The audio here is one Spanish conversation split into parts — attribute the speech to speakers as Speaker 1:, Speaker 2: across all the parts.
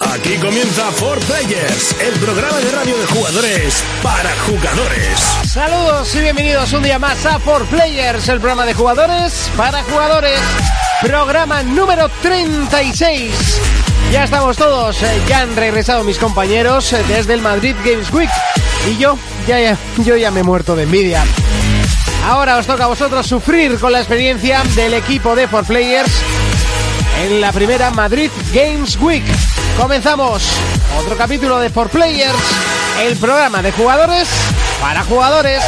Speaker 1: Aquí comienza For Players, el programa de radio de jugadores para jugadores.
Speaker 2: Saludos y bienvenidos un día más a For Players, el programa de jugadores para jugadores. Programa número 36. Ya estamos todos, eh, ya han regresado mis compañeros eh, desde el Madrid Games Week y yo ya, ya- yo ya me he muerto de envidia. Ahora os toca a vosotros sufrir con la experiencia del equipo de For Players en la primera Madrid Games Week. Comenzamos otro capítulo de For Players, el programa de jugadores para jugadores.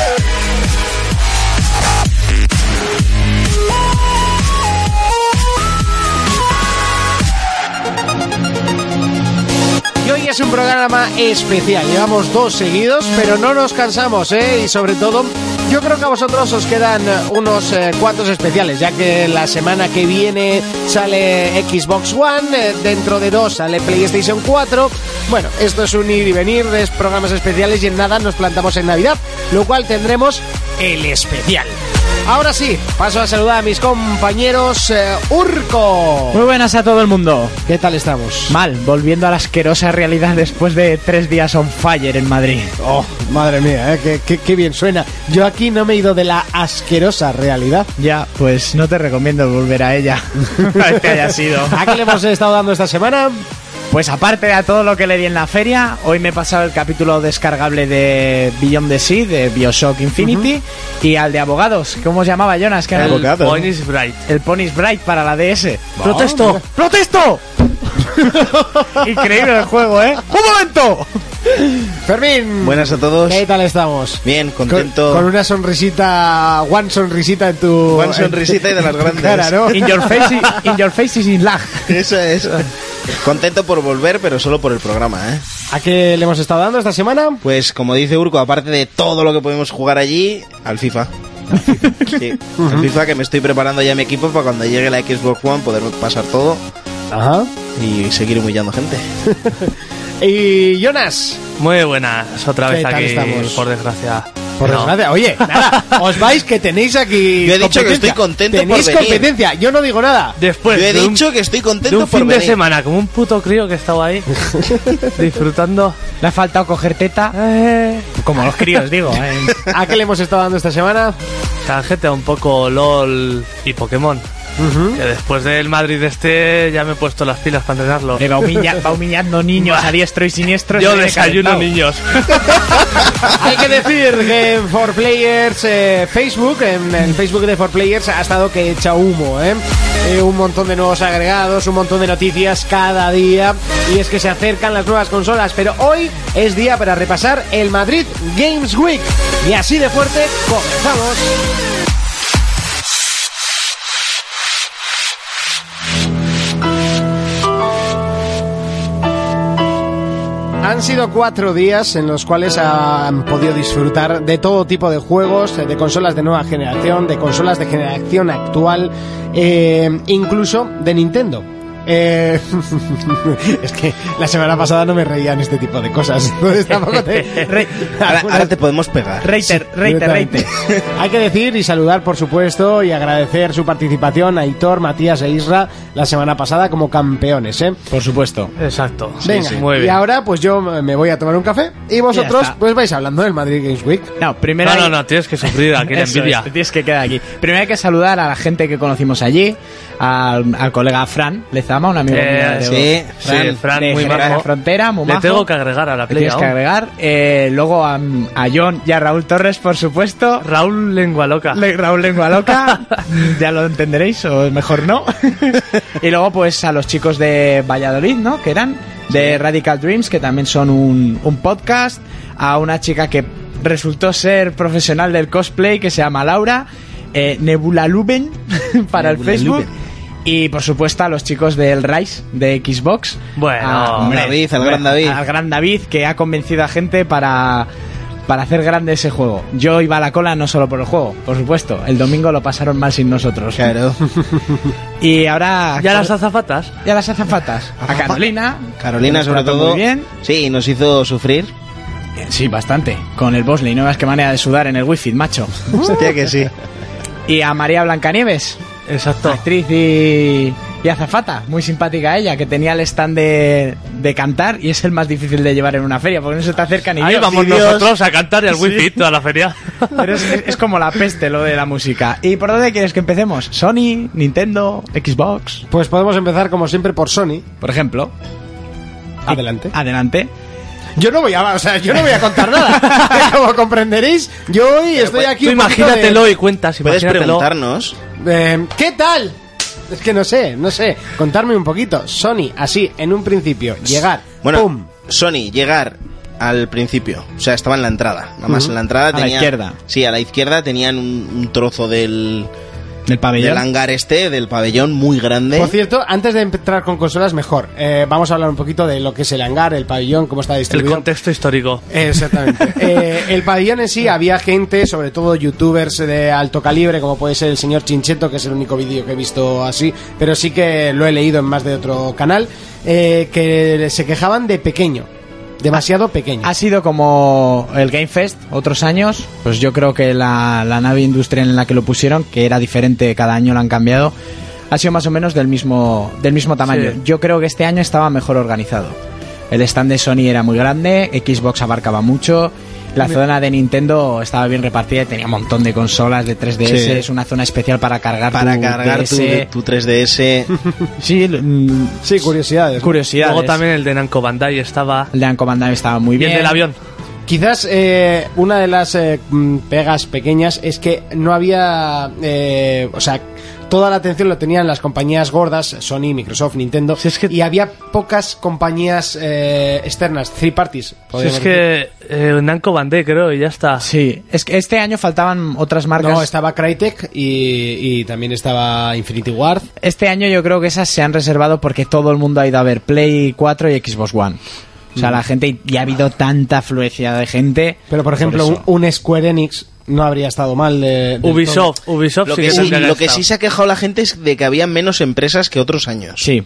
Speaker 2: Y hoy es un programa especial. Llevamos dos seguidos, pero no nos cansamos, ¿eh? Y sobre todo, yo creo que a vosotros os quedan eh, unos eh, cuantos especiales, ya que la semana que viene sale Xbox One, eh, dentro de dos sale PlayStation 4. Bueno, esto es un ir y venir, es programas especiales y en nada nos plantamos en Navidad, lo cual tendremos el especial. Ahora sí, paso a saludar a mis compañeros eh, Urco.
Speaker 3: Muy buenas a todo el mundo.
Speaker 2: ¿Qué tal estamos?
Speaker 3: Mal, volviendo a la asquerosa realidad después de tres días on fire en Madrid.
Speaker 2: Oh, madre mía, ¿eh? qué, qué- qué bien suena. Yo aquí no me he ido de la asquerosa realidad.
Speaker 3: Ya, pues no te recomiendo volver a ella. Una vez que haya sido.
Speaker 2: ¿A qué le hemos estado dando esta semana?
Speaker 3: Pues aparte de a todo lo que le di en la feria, hoy me he pasado el capítulo descargable de Beyond the Sea, de Bioshock Infinity, y al de abogados. ¿Cómo se llamaba, Jonas? Que era
Speaker 4: El Pony's
Speaker 3: Bright. El Pony's Bright para la DS. ¡Protesto!
Speaker 2: mira.
Speaker 3: ¡Protesto! Increíble el juego, ¿eh? ¡Un momento!
Speaker 2: Fermín.
Speaker 4: Buenas a todos.
Speaker 2: ¿Qué tal estamos?
Speaker 4: Bien, contento.
Speaker 2: Con, con una sonrisita, one sonrisita en tu...
Speaker 4: One sonrisita y de las
Speaker 2: en tu
Speaker 4: grandes.
Speaker 2: Cara, ¿no?
Speaker 3: In your face, i- in your face is in lag.
Speaker 4: Eso, eso. Contento por volver, pero solo por el programa, ¿eh?
Speaker 2: ¿A qué le hemos estado dando esta semana?
Speaker 4: Pues como dice Urco, aparte de todo lo que podemos jugar allí, al FIFA. Sí, al FIFA que me estoy preparando ya mi equipo para cuando llegue la Xbox One poder pasar todo
Speaker 2: Ajá.
Speaker 4: y seguir humillando gente.
Speaker 2: Y Jonas.
Speaker 5: Muy buenas, otra
Speaker 2: ¿Qué
Speaker 5: vez
Speaker 2: tal
Speaker 5: aquí,
Speaker 2: estamos?
Speaker 5: por desgracia.
Speaker 2: Por
Speaker 5: No.
Speaker 2: desgracia, oye, nada, os vais que tenéis aquí.
Speaker 4: Yo he dicho que estoy
Speaker 2: competencia.
Speaker 4: contento por
Speaker 2: Tenéis
Speaker 4: venir.
Speaker 2: competencia, yo no digo nada.
Speaker 5: Después
Speaker 4: Yo he
Speaker 5: Pues de un,
Speaker 4: dicho que estoy
Speaker 5: de
Speaker 4: contento
Speaker 5: un
Speaker 4: por
Speaker 5: fin de
Speaker 4: venir.
Speaker 5: semana, como un puto crío que estaba ahí disfrutando.
Speaker 3: Le ha faltado coger teta,
Speaker 5: Eh,
Speaker 3: como los críos, digo. ¿eh?
Speaker 2: ¿A qué le hemos estado dando esta semana?
Speaker 5: tarjeta un poco LOL y Pokémon. Que después del Madrid este ya me he puesto las pilas para entrenarlo.
Speaker 3: Le va, humilla- va humillando niños a diestro y siniestro.
Speaker 5: Yo
Speaker 3: Se viene
Speaker 5: desayuno
Speaker 3: calentado.
Speaker 5: niños.
Speaker 2: Hay que decir que en 4Players eh, Facebook, en el Facebook de 4Players ha estado que echa humo, ¿eh? Eh, Un montón de nuevos agregados, un montón de noticias cada día. Y es que se acercan las nuevas consolas. Pero hoy es día para repasar el Madrid Games Week. Y así de fuerte, comenzamos. Han sido cuatro días en los cuales han podido disfrutar de todo tipo de juegos, eh, de consolas de nueva generación, de consolas de generación actual, eh, incluso de Nintendo. Eh, es que la semana pasada no me reía en este tipo de cosas. Entonces tampoco te.
Speaker 3: Re-
Speaker 4: Ahora, ahora te podemos pegar.
Speaker 3: Reiter, reiter, reiter.
Speaker 2: Hay que decir y saludar, por supuesto, y agradecer su participación a Hitor, Matías e Isra la semana pasada como campeones, ¿eh?
Speaker 3: Por supuesto.
Speaker 5: Exacto.
Speaker 2: Venga,
Speaker 5: Muy
Speaker 2: y
Speaker 5: bien.
Speaker 2: ahora pues yo me voy a tomar un café y vosotros
Speaker 3: está.
Speaker 2: pues vais hablando del Madrid Games Week.
Speaker 3: No, primero.
Speaker 5: No, no,
Speaker 3: hay-
Speaker 5: no, tienes que sufrir aquí la
Speaker 3: Eso
Speaker 5: envidia.
Speaker 3: es, te tienes que quedar aquí. Primero hay que saludar a la gente que conocimos allí, al, al colega Fran Lezama, un amigo
Speaker 5: Eh,
Speaker 3: mío de,
Speaker 4: Sí,
Speaker 5: Sí, Eh, Fran,
Speaker 3: de
Speaker 5: muy
Speaker 3: Jerez de la
Speaker 5: majo.
Speaker 3: Frontera, muy
Speaker 5: Le
Speaker 3: majo.
Speaker 5: tengo que agregar a la
Speaker 3: Le
Speaker 5: play
Speaker 3: tienes que
Speaker 5: aún.
Speaker 3: agregar. Eh, luego a, a John y a Raúl Torres, por supuesto.
Speaker 5: Raúl Lengua Loca.
Speaker 3: Le- Raúl Lengua Loca, ya lo entenderéis, o mejor no. y luego, pues a los chicos de Valladolid, ¿no? Que eran de Radical Dreams, que también son un, un podcast. A una chica que resultó ser profesional del cosplay, que se llama Laura. eh, Nebula Luben, para
Speaker 4: Nebula
Speaker 3: el Facebook.
Speaker 4: Luben.
Speaker 3: Y por supuesto a los chicos del Rise de Xbox. Ah,
Speaker 5: Bueno,
Speaker 3: A-
Speaker 5: hombre,
Speaker 4: David, al gran David.
Speaker 3: Al gran David que ha convencido a gente para, para hacer grande ese juego. Yo iba a la cola no solo por el juego, por supuesto. El domingo lo pasaron mal sin nosotros.
Speaker 4: Claro.
Speaker 3: Y ahora.
Speaker 5: ¿Ya las azafatas?
Speaker 3: ya las azafatas. A Carolina.
Speaker 4: Carolina,
Speaker 3: que
Speaker 4: sobre
Speaker 3: nos trató
Speaker 4: todo.
Speaker 3: Muy bien.
Speaker 4: Sí, nos hizo sufrir.
Speaker 3: Sí, bastante. Con el Bosley. No veas qué manera de sudar en el wifi, macho.
Speaker 5: Uh.
Speaker 4: Hostia, que sí.
Speaker 3: Y a María Blancanieves.
Speaker 5: Exacto.
Speaker 3: Actriz y, y Azafata, muy simpática ella, que tenía el stand de, de cantar y es el más difícil de llevar en una feria, porque no se te acerca ni
Speaker 5: Ahí
Speaker 3: Dios,
Speaker 5: vamos
Speaker 3: ni Dios.
Speaker 5: nosotros a cantar y al wifi toda la feria.
Speaker 3: Pero es, es- es como la peste lo de la música. ¿Y por dónde quieres que empecemos? ¿Sony? ¿Nintendo? ¿Xbox?
Speaker 2: Pues podemos empezar como siempre por Sony.
Speaker 3: Por ejemplo.
Speaker 2: Adelante.
Speaker 5: Ah.
Speaker 3: Adelante.
Speaker 2: Yo no voy a, o sea, yo no voy a contar nada. Como comprenderéis, yo hoy estoy aquí.
Speaker 5: Tú
Speaker 2: un poquito
Speaker 5: imagínatelo y cuentas,
Speaker 4: Puedes
Speaker 5: imagínatelo.
Speaker 4: preguntarnos.
Speaker 2: de- eh, ¿Qué tal? Es que no sé, no sé. Contarme un poquito. Sony, así, en un principio, llegar.
Speaker 4: Bueno,
Speaker 2: ¡Pum!
Speaker 4: Sony, llegar al principio. O sea, estaba en la entrada. Nada más en la entrada
Speaker 3: A la
Speaker 4: tenía.
Speaker 3: izquierda.
Speaker 4: Sí, a la izquierda tenían un, un trozo del,
Speaker 3: Del
Speaker 4: del
Speaker 3: pabellón.
Speaker 4: hangar este, del pabellón muy
Speaker 5: ¿eh?
Speaker 4: grande.
Speaker 2: Por cierto, antes de entrar con consolas, mejor. Eh, vamos a hablar un poquito de lo que es el hangar, el pabellón, cómo está
Speaker 5: El
Speaker 2: distribuido.
Speaker 5: contexto histórico.
Speaker 2: Exactamente. Eh, el pabellón en sí había gente, sobre todo youtubers de alto calibre, como puede ser el señor Chincheto, que es el único vídeo que he visto así, pero sí que lo he leído en más de otro canal, eh, que se quejaban de pequeño, demasiado pequeño.
Speaker 3: Ha sido como el Game Fest otros años. Pues yo creo que la, la nave industrial en la que lo pusieron, que era diferente, cada año la han cambiado, ha sido más o menos del mismo, del mismo tamaño.
Speaker 5: Sí.
Speaker 3: Yo creo que este año estaba mejor organizado. El stand de Sony era muy grande, Xbox abarcaba mucho. La zona de Nintendo estaba bien repartida y tenía un montón de consolas de 3DS, una zona especial para cargar
Speaker 4: para
Speaker 3: tu
Speaker 4: cargar tu,
Speaker 3: DS.
Speaker 4: tu 3DS.
Speaker 3: Sí, mm,
Speaker 2: sí, curiosidades.
Speaker 3: curiosidades.
Speaker 5: Luego también el de Namco Bandai estaba...
Speaker 3: El de Ancomandado estaba muy
Speaker 5: Y
Speaker 3: bien.
Speaker 5: el del avión.
Speaker 2: Quizás eh, una de las eh, mm, pegas pequeñas es que no había, eh, o sea, toda la atención lo tenían las compañías gordas, Sony, Microsoft, Nintendo,
Speaker 5: Si es que-
Speaker 2: y había pocas compañías eh, externas, three parties.
Speaker 5: Si
Speaker 2: podríamos
Speaker 5: es que eh, Namco Bandai creo y ya está.
Speaker 3: Sí, es que este año faltaban otras marcas.
Speaker 2: No, estaba Crytek y, y también estaba Infinity Ward.
Speaker 3: Este año yo creo que esas se han reservado porque todo el mundo ha ido a ver Play 4 y Xbox One. O sea, la gente y ha habido tanta afluencia de gente.
Speaker 2: Mm. Pero, por ejemplo,
Speaker 3: eso.
Speaker 2: un, un Square Enix no habría estado mal. de- del
Speaker 5: Ubisoft, Ubisoft
Speaker 4: Lo
Speaker 5: sí
Speaker 4: que,
Speaker 5: se
Speaker 4: sí,
Speaker 5: habría
Speaker 4: lo que
Speaker 5: gastado.
Speaker 4: sí se ha quejado la gente es de que había menos empresas que otros años.
Speaker 3: Sí.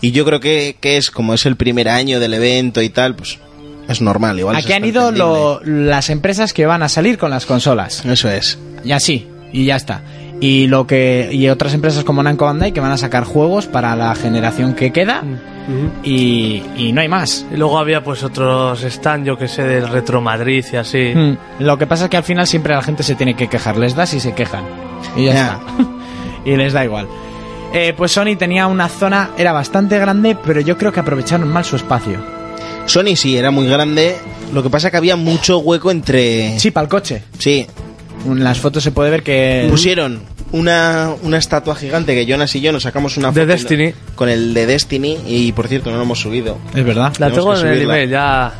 Speaker 4: Y yo creo que, que es como es el primer año del evento y tal, pues es normal. Igual es
Speaker 3: Aquí han ido lo- las empresas que van a salir con las consolas.
Speaker 4: Eso es.
Speaker 3: Y así, y ya está. Y lo que y otras empresas como Namco Bandai que van a sacar juegos para la generación que queda
Speaker 2: Mm,
Speaker 3: y, y no hay más.
Speaker 5: Y luego había pues otros stand, yo que sé, del Retro Madrid y así.
Speaker 4: Hmm.
Speaker 3: Mm, Lo que pasa es que al final siempre la gente se tiene que quejar. Les das y se quejan. Y ya
Speaker 4: Ya.
Speaker 3: está. y les da igual. Eh, pues Sony tenía una zona, era bastante grande, pero yo creo que aprovecharon mal su espacio.
Speaker 4: Sony sí, era muy grande. Lo que pasa que había mucho hueco entre...
Speaker 3: Sí, para el coche.
Speaker 4: Sí.
Speaker 3: En las fotos se puede ver que...
Speaker 4: Pusieron una, una estatua gigante que Jonas y yo nos sacamos una
Speaker 5: De
Speaker 4: foto y lo-
Speaker 5: Destiny.
Speaker 4: con el de Destiny y por cierto no lo hemos subido.
Speaker 3: Es verdad.
Speaker 5: La
Speaker 4: Tenemos
Speaker 5: tengo
Speaker 4: que
Speaker 5: en el
Speaker 4: subirla.
Speaker 5: email ya.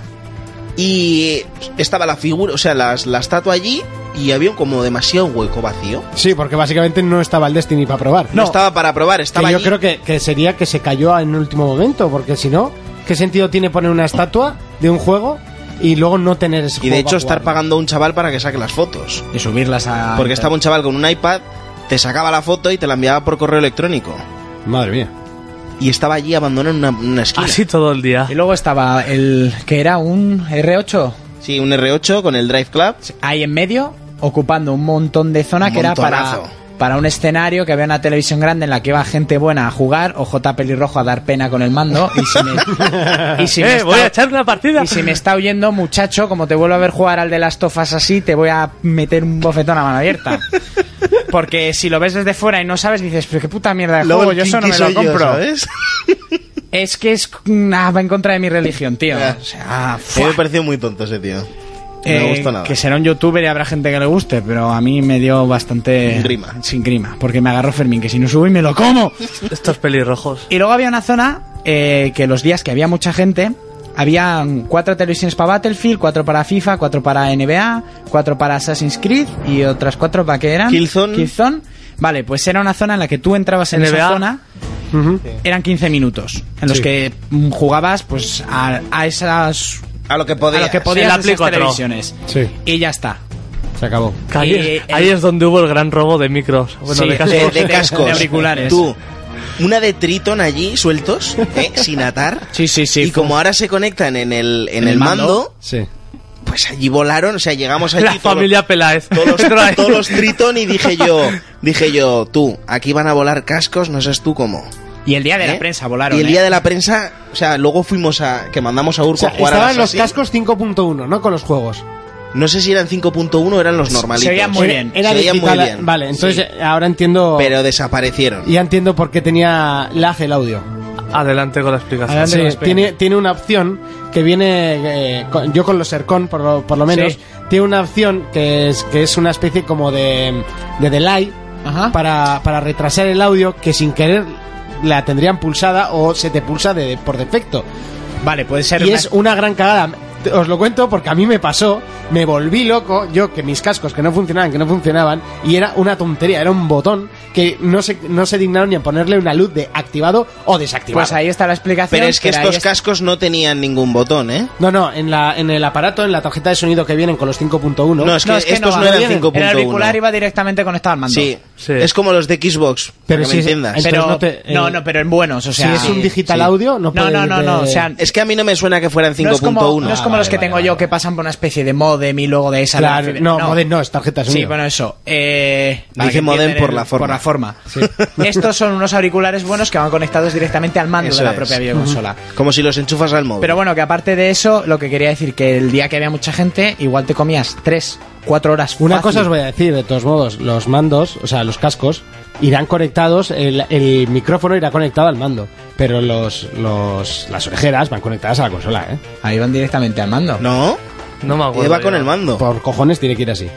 Speaker 4: Y estaba la figura, o sea, las- la estatua allí y había como demasiado hueco vacío.
Speaker 2: todo. Sí, porque básicamente no estaba el Destiny para probar.
Speaker 4: No, estaba para probar,
Speaker 2: Que
Speaker 4: estaba
Speaker 2: yo
Speaker 4: allí.
Speaker 2: creo que, que sería que se cayó en último momento, porque si no, ¿qué sentido tiene poner una estatua de un juego y luego no tener ese
Speaker 4: Y
Speaker 2: juego
Speaker 4: de
Speaker 2: para
Speaker 4: hecho estar
Speaker 2: jugarlo?
Speaker 4: pagando a un chaval para que saque las fotos.
Speaker 3: Y subirlas a...
Speaker 4: Porque estaba un chaval con un iPad, te sacaba la foto y te la enviaba por correo electrónico.
Speaker 2: Madre mía.
Speaker 4: Y estaba allí abandonado en una, una esquina.
Speaker 5: Así todo el día.
Speaker 3: Y luego estaba el... que era un R8
Speaker 4: Sí, un R8 con el Drive Club.
Speaker 3: ahí en medio, ocupando un montón de zona
Speaker 4: Un
Speaker 3: que era para,
Speaker 4: montonazo.
Speaker 3: para un escenario que había una televisión grande en la que iba gente buena a jugar o J pelirrojo a dar pena con el mando y si me, y si me
Speaker 5: eh,
Speaker 3: está-
Speaker 5: voy a echar una partida.
Speaker 3: y si me está oyendo, muchacho, como te vuelvo a ver jugar al de las tofas así, te voy a meter un bofetón a mano abierta. Porque si lo ves desde fuera y no sabes, dices, pero qué puta mierda de
Speaker 4: Luego
Speaker 3: juego,
Speaker 4: el
Speaker 3: yo eso no
Speaker 4: kinky
Speaker 3: me lo
Speaker 4: soy yo,
Speaker 3: compro.
Speaker 4: ¿sabes?
Speaker 3: es que es, ah, va en contra de mi religión, tío.
Speaker 4: Ya.
Speaker 3: O sea,
Speaker 4: A mí
Speaker 3: fuá.
Speaker 4: me pareció muy tonto ese tío. No me
Speaker 3: Eh,
Speaker 4: gustó nada.
Speaker 3: Que será un youtuber y habrá gente que le guste, pero a mí me dio bastante.
Speaker 4: Sin grima.
Speaker 3: Sin grima, porque me agarró Fermín, que si no subo y me lo como.
Speaker 5: Estos pelirrojos.
Speaker 3: y luego había una zona eh, que los días que había mucha gente, había cuatro televisiones para Battlefield, cuatro para FIFA, cuatro para NBA, cuatro para Assassin's Creed y otras cuatro para que eran.
Speaker 4: Killzone.
Speaker 3: Vale, pues era una zona en la que tú entrabas en esa
Speaker 5: NBA.
Speaker 3: zona eran 15 minutos en los
Speaker 2: Sí.
Speaker 3: que mm, jugabas pues a, a esas
Speaker 4: A lo que podía.
Speaker 3: a lo que
Speaker 5: en
Speaker 3: podías
Speaker 5: la
Speaker 3: de
Speaker 5: Play
Speaker 3: esas
Speaker 5: 4.
Speaker 3: televisiones
Speaker 2: Sí,
Speaker 3: y ya está
Speaker 2: se acabó.
Speaker 5: Ahí,
Speaker 3: Eh,
Speaker 5: ahí es donde hubo el gran robo de micros. Bueno,
Speaker 3: Sí.
Speaker 5: de
Speaker 4: de,
Speaker 5: cascos.
Speaker 4: de cascos.
Speaker 3: de auriculares.
Speaker 4: Tú, una de Triton allí, sueltos, ¿eh? sin atar.
Speaker 3: Sí, sí, sí.
Speaker 4: y como ahora se conectan en el, en el mando,
Speaker 2: Sí.
Speaker 4: pues allí volaron, o sea, llegamos allí
Speaker 5: La
Speaker 4: todo-
Speaker 5: familia Peláez.
Speaker 4: todos los, todos los Triton y dije yo, dije yo, tú, aquí van a volar cascos, no sabes tú cómo.
Speaker 3: Y el día de
Speaker 4: ¿eh?
Speaker 3: la prensa volaron.
Speaker 4: Y el
Speaker 3: ¿eh?
Speaker 4: día de la prensa, o sea, luego fuimos a. que mandamos a
Speaker 2: O
Speaker 4: Urco
Speaker 2: sea,
Speaker 4: a jugar
Speaker 2: estaban
Speaker 4: a
Speaker 2: los cascos 5.1, ¿no? Con los juegos.
Speaker 4: No sé si eran 5.1 o eran los normalitos.
Speaker 3: se veían muy
Speaker 2: Era-
Speaker 3: bien,
Speaker 2: Era
Speaker 4: se veían muy
Speaker 2: digital.
Speaker 4: bien.
Speaker 2: Vale, entonces ahora entiendo.
Speaker 4: Pero desaparecieron.
Speaker 2: Ya entiendo por qué tenía lag el audio.
Speaker 5: Adelante con la explicación.
Speaker 3: Adelante.
Speaker 2: Sí,
Speaker 3: con los peines.
Speaker 2: tiene, tiene una opción que viene, eh, con- yo con los Sercon por, lo- por lo menos,
Speaker 3: Sí.
Speaker 2: tiene una opción que es, que es una especie como de, de delay
Speaker 3: Ajá.
Speaker 2: para, para retrasar el audio que sin querer la tendrían pulsada o se te pulsa de, por defecto.
Speaker 3: Vale, puede ser.
Speaker 2: Y
Speaker 3: una-
Speaker 2: es una gran cagada. Os lo cuento porque a mí me pasó, me volví loco, yo que mis cascos que no funcionaban, que no funcionaban, y era una tontería, era un botón que no se, no se dignaron ni a ponerle una luz de activado o desactivado.
Speaker 3: Pues ahí está la explicación.
Speaker 4: Pero es que
Speaker 3: pero ahí
Speaker 4: estos
Speaker 3: está-
Speaker 4: cascos no tenían ningún botón, ¿eh?
Speaker 2: No, no, en, la, en el aparato, en la tarjeta de sonido que vienen con los 5.1.
Speaker 4: No, es que
Speaker 3: No, es que
Speaker 4: estos
Speaker 3: no,
Speaker 4: no,
Speaker 3: no
Speaker 4: eran
Speaker 2: vienen.
Speaker 3: El auricular
Speaker 4: 5.1.
Speaker 3: iba directamente conectado al mando.
Speaker 4: Sí.
Speaker 5: Sí.
Speaker 4: es como los de Xbox.
Speaker 2: Pero
Speaker 4: Pero
Speaker 2: sí,
Speaker 4: me entiendas.
Speaker 2: entonces
Speaker 3: Pero,
Speaker 2: no
Speaker 3: no,
Speaker 2: te-
Speaker 3: no,
Speaker 2: eh,
Speaker 3: pero en buenos, o
Speaker 2: si
Speaker 3: sea.
Speaker 2: es un digital
Speaker 4: sí.
Speaker 2: audio, no
Speaker 3: No,
Speaker 2: puede
Speaker 3: no,
Speaker 2: ir
Speaker 3: no,
Speaker 2: de-
Speaker 3: no, o sea,
Speaker 4: Es que a mí no me suena que fueran 5.1.
Speaker 3: no es como, no es como
Speaker 2: Ah,
Speaker 3: los que
Speaker 2: vale,
Speaker 3: tengo
Speaker 2: vale,
Speaker 3: yo
Speaker 2: vale.
Speaker 3: que pasan por una especie de modem y luego de esa la
Speaker 2: Claro,
Speaker 3: fibra.
Speaker 2: no, modem no, es tarjeta de
Speaker 3: Sí,
Speaker 2: sonido.
Speaker 3: bueno, eso. Eh, para
Speaker 4: Dije
Speaker 3: que
Speaker 4: modem
Speaker 3: entiendan
Speaker 4: por
Speaker 3: el-
Speaker 4: la forma.
Speaker 3: Por la forma. Estos son unos auriculares buenos que van conectados directamente al mando
Speaker 4: Eso
Speaker 3: de la
Speaker 4: es.
Speaker 3: propia videoconsola.
Speaker 4: Como si los enchufas al móvil.
Speaker 3: Pero bueno, que aparte de eso, lo que quería decir que el día que había mucha gente, igual te comías 3, 4 horas.
Speaker 2: Una
Speaker 3: fácil.
Speaker 2: cosa os voy a decir, de todos modos, los mandos, o sea, los cascos, irán conectados, el, el micrófono irá conectado al mando, pero los, los, las orejeras van conectadas a la consola, ¿eh?
Speaker 3: Ahí van directamente al mando.
Speaker 4: No,
Speaker 5: No me acuerdo.
Speaker 4: iba
Speaker 5: Ah, ya.
Speaker 4: con el mando.
Speaker 2: Por cojones tiene que ir así.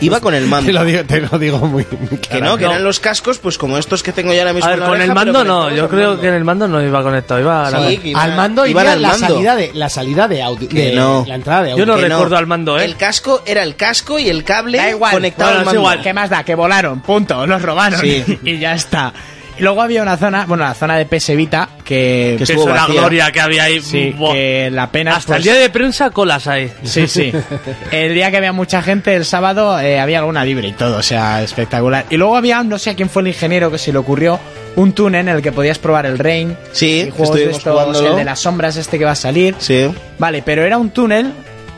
Speaker 4: Iba con el
Speaker 2: Te lo
Speaker 4: mando.
Speaker 2: digo, te lo digo muy, muy
Speaker 4: Que
Speaker 2: claro.
Speaker 4: no, que
Speaker 5: no.
Speaker 4: eran los cascos, pues como estos que tengo yo ahora mismo.
Speaker 5: A ver,
Speaker 4: en la
Speaker 5: con el
Speaker 4: oreja, pero
Speaker 5: mando no,
Speaker 4: conectados
Speaker 5: yo
Speaker 4: al
Speaker 5: creo
Speaker 4: mando.
Speaker 5: que en el mando no iba conectado, iba a la-
Speaker 4: Sí, que iba-
Speaker 2: Al mando
Speaker 4: iban
Speaker 2: iría
Speaker 4: al
Speaker 2: la
Speaker 4: mando.
Speaker 2: salida de la salida de audio,
Speaker 4: Que
Speaker 2: de
Speaker 4: no.
Speaker 2: la entrada de audio.
Speaker 5: Yo no
Speaker 4: Que
Speaker 5: recuerdo al mando, ¿eh?
Speaker 4: El casco era el casco y el cable
Speaker 3: Da igual.
Speaker 4: conectado
Speaker 3: Bueno,
Speaker 4: al
Speaker 3: es
Speaker 4: mando.
Speaker 3: igual. ¿Qué más da? Que volaron, punto. Los robaron.
Speaker 4: Sí.
Speaker 3: Y ya está. Y Luego había una zona, bueno, la zona de PS Vita, que,
Speaker 4: Que
Speaker 5: Que
Speaker 4: estuvo
Speaker 5: es una
Speaker 4: vacía.
Speaker 5: gloria que había ahí.
Speaker 3: sí,
Speaker 5: Buah.
Speaker 3: que la pena.
Speaker 5: Hasta
Speaker 3: pues,
Speaker 5: el día de prensa colas ahí.
Speaker 3: Sí, sí. El día que había mucha gente, el sábado, eh, había alguna libre y todo, o sea, espectacular. Y luego había, no sé a quién fue el ingeniero que se le ocurrió, un túnel en el que podías probar el Rain.
Speaker 4: Sí,
Speaker 3: y juegos de
Speaker 4: estuvimos
Speaker 3: estos,
Speaker 4: jugándolo.
Speaker 3: el de las sombras este que va a salir.
Speaker 4: Sí.
Speaker 3: Vale, pero era un túnel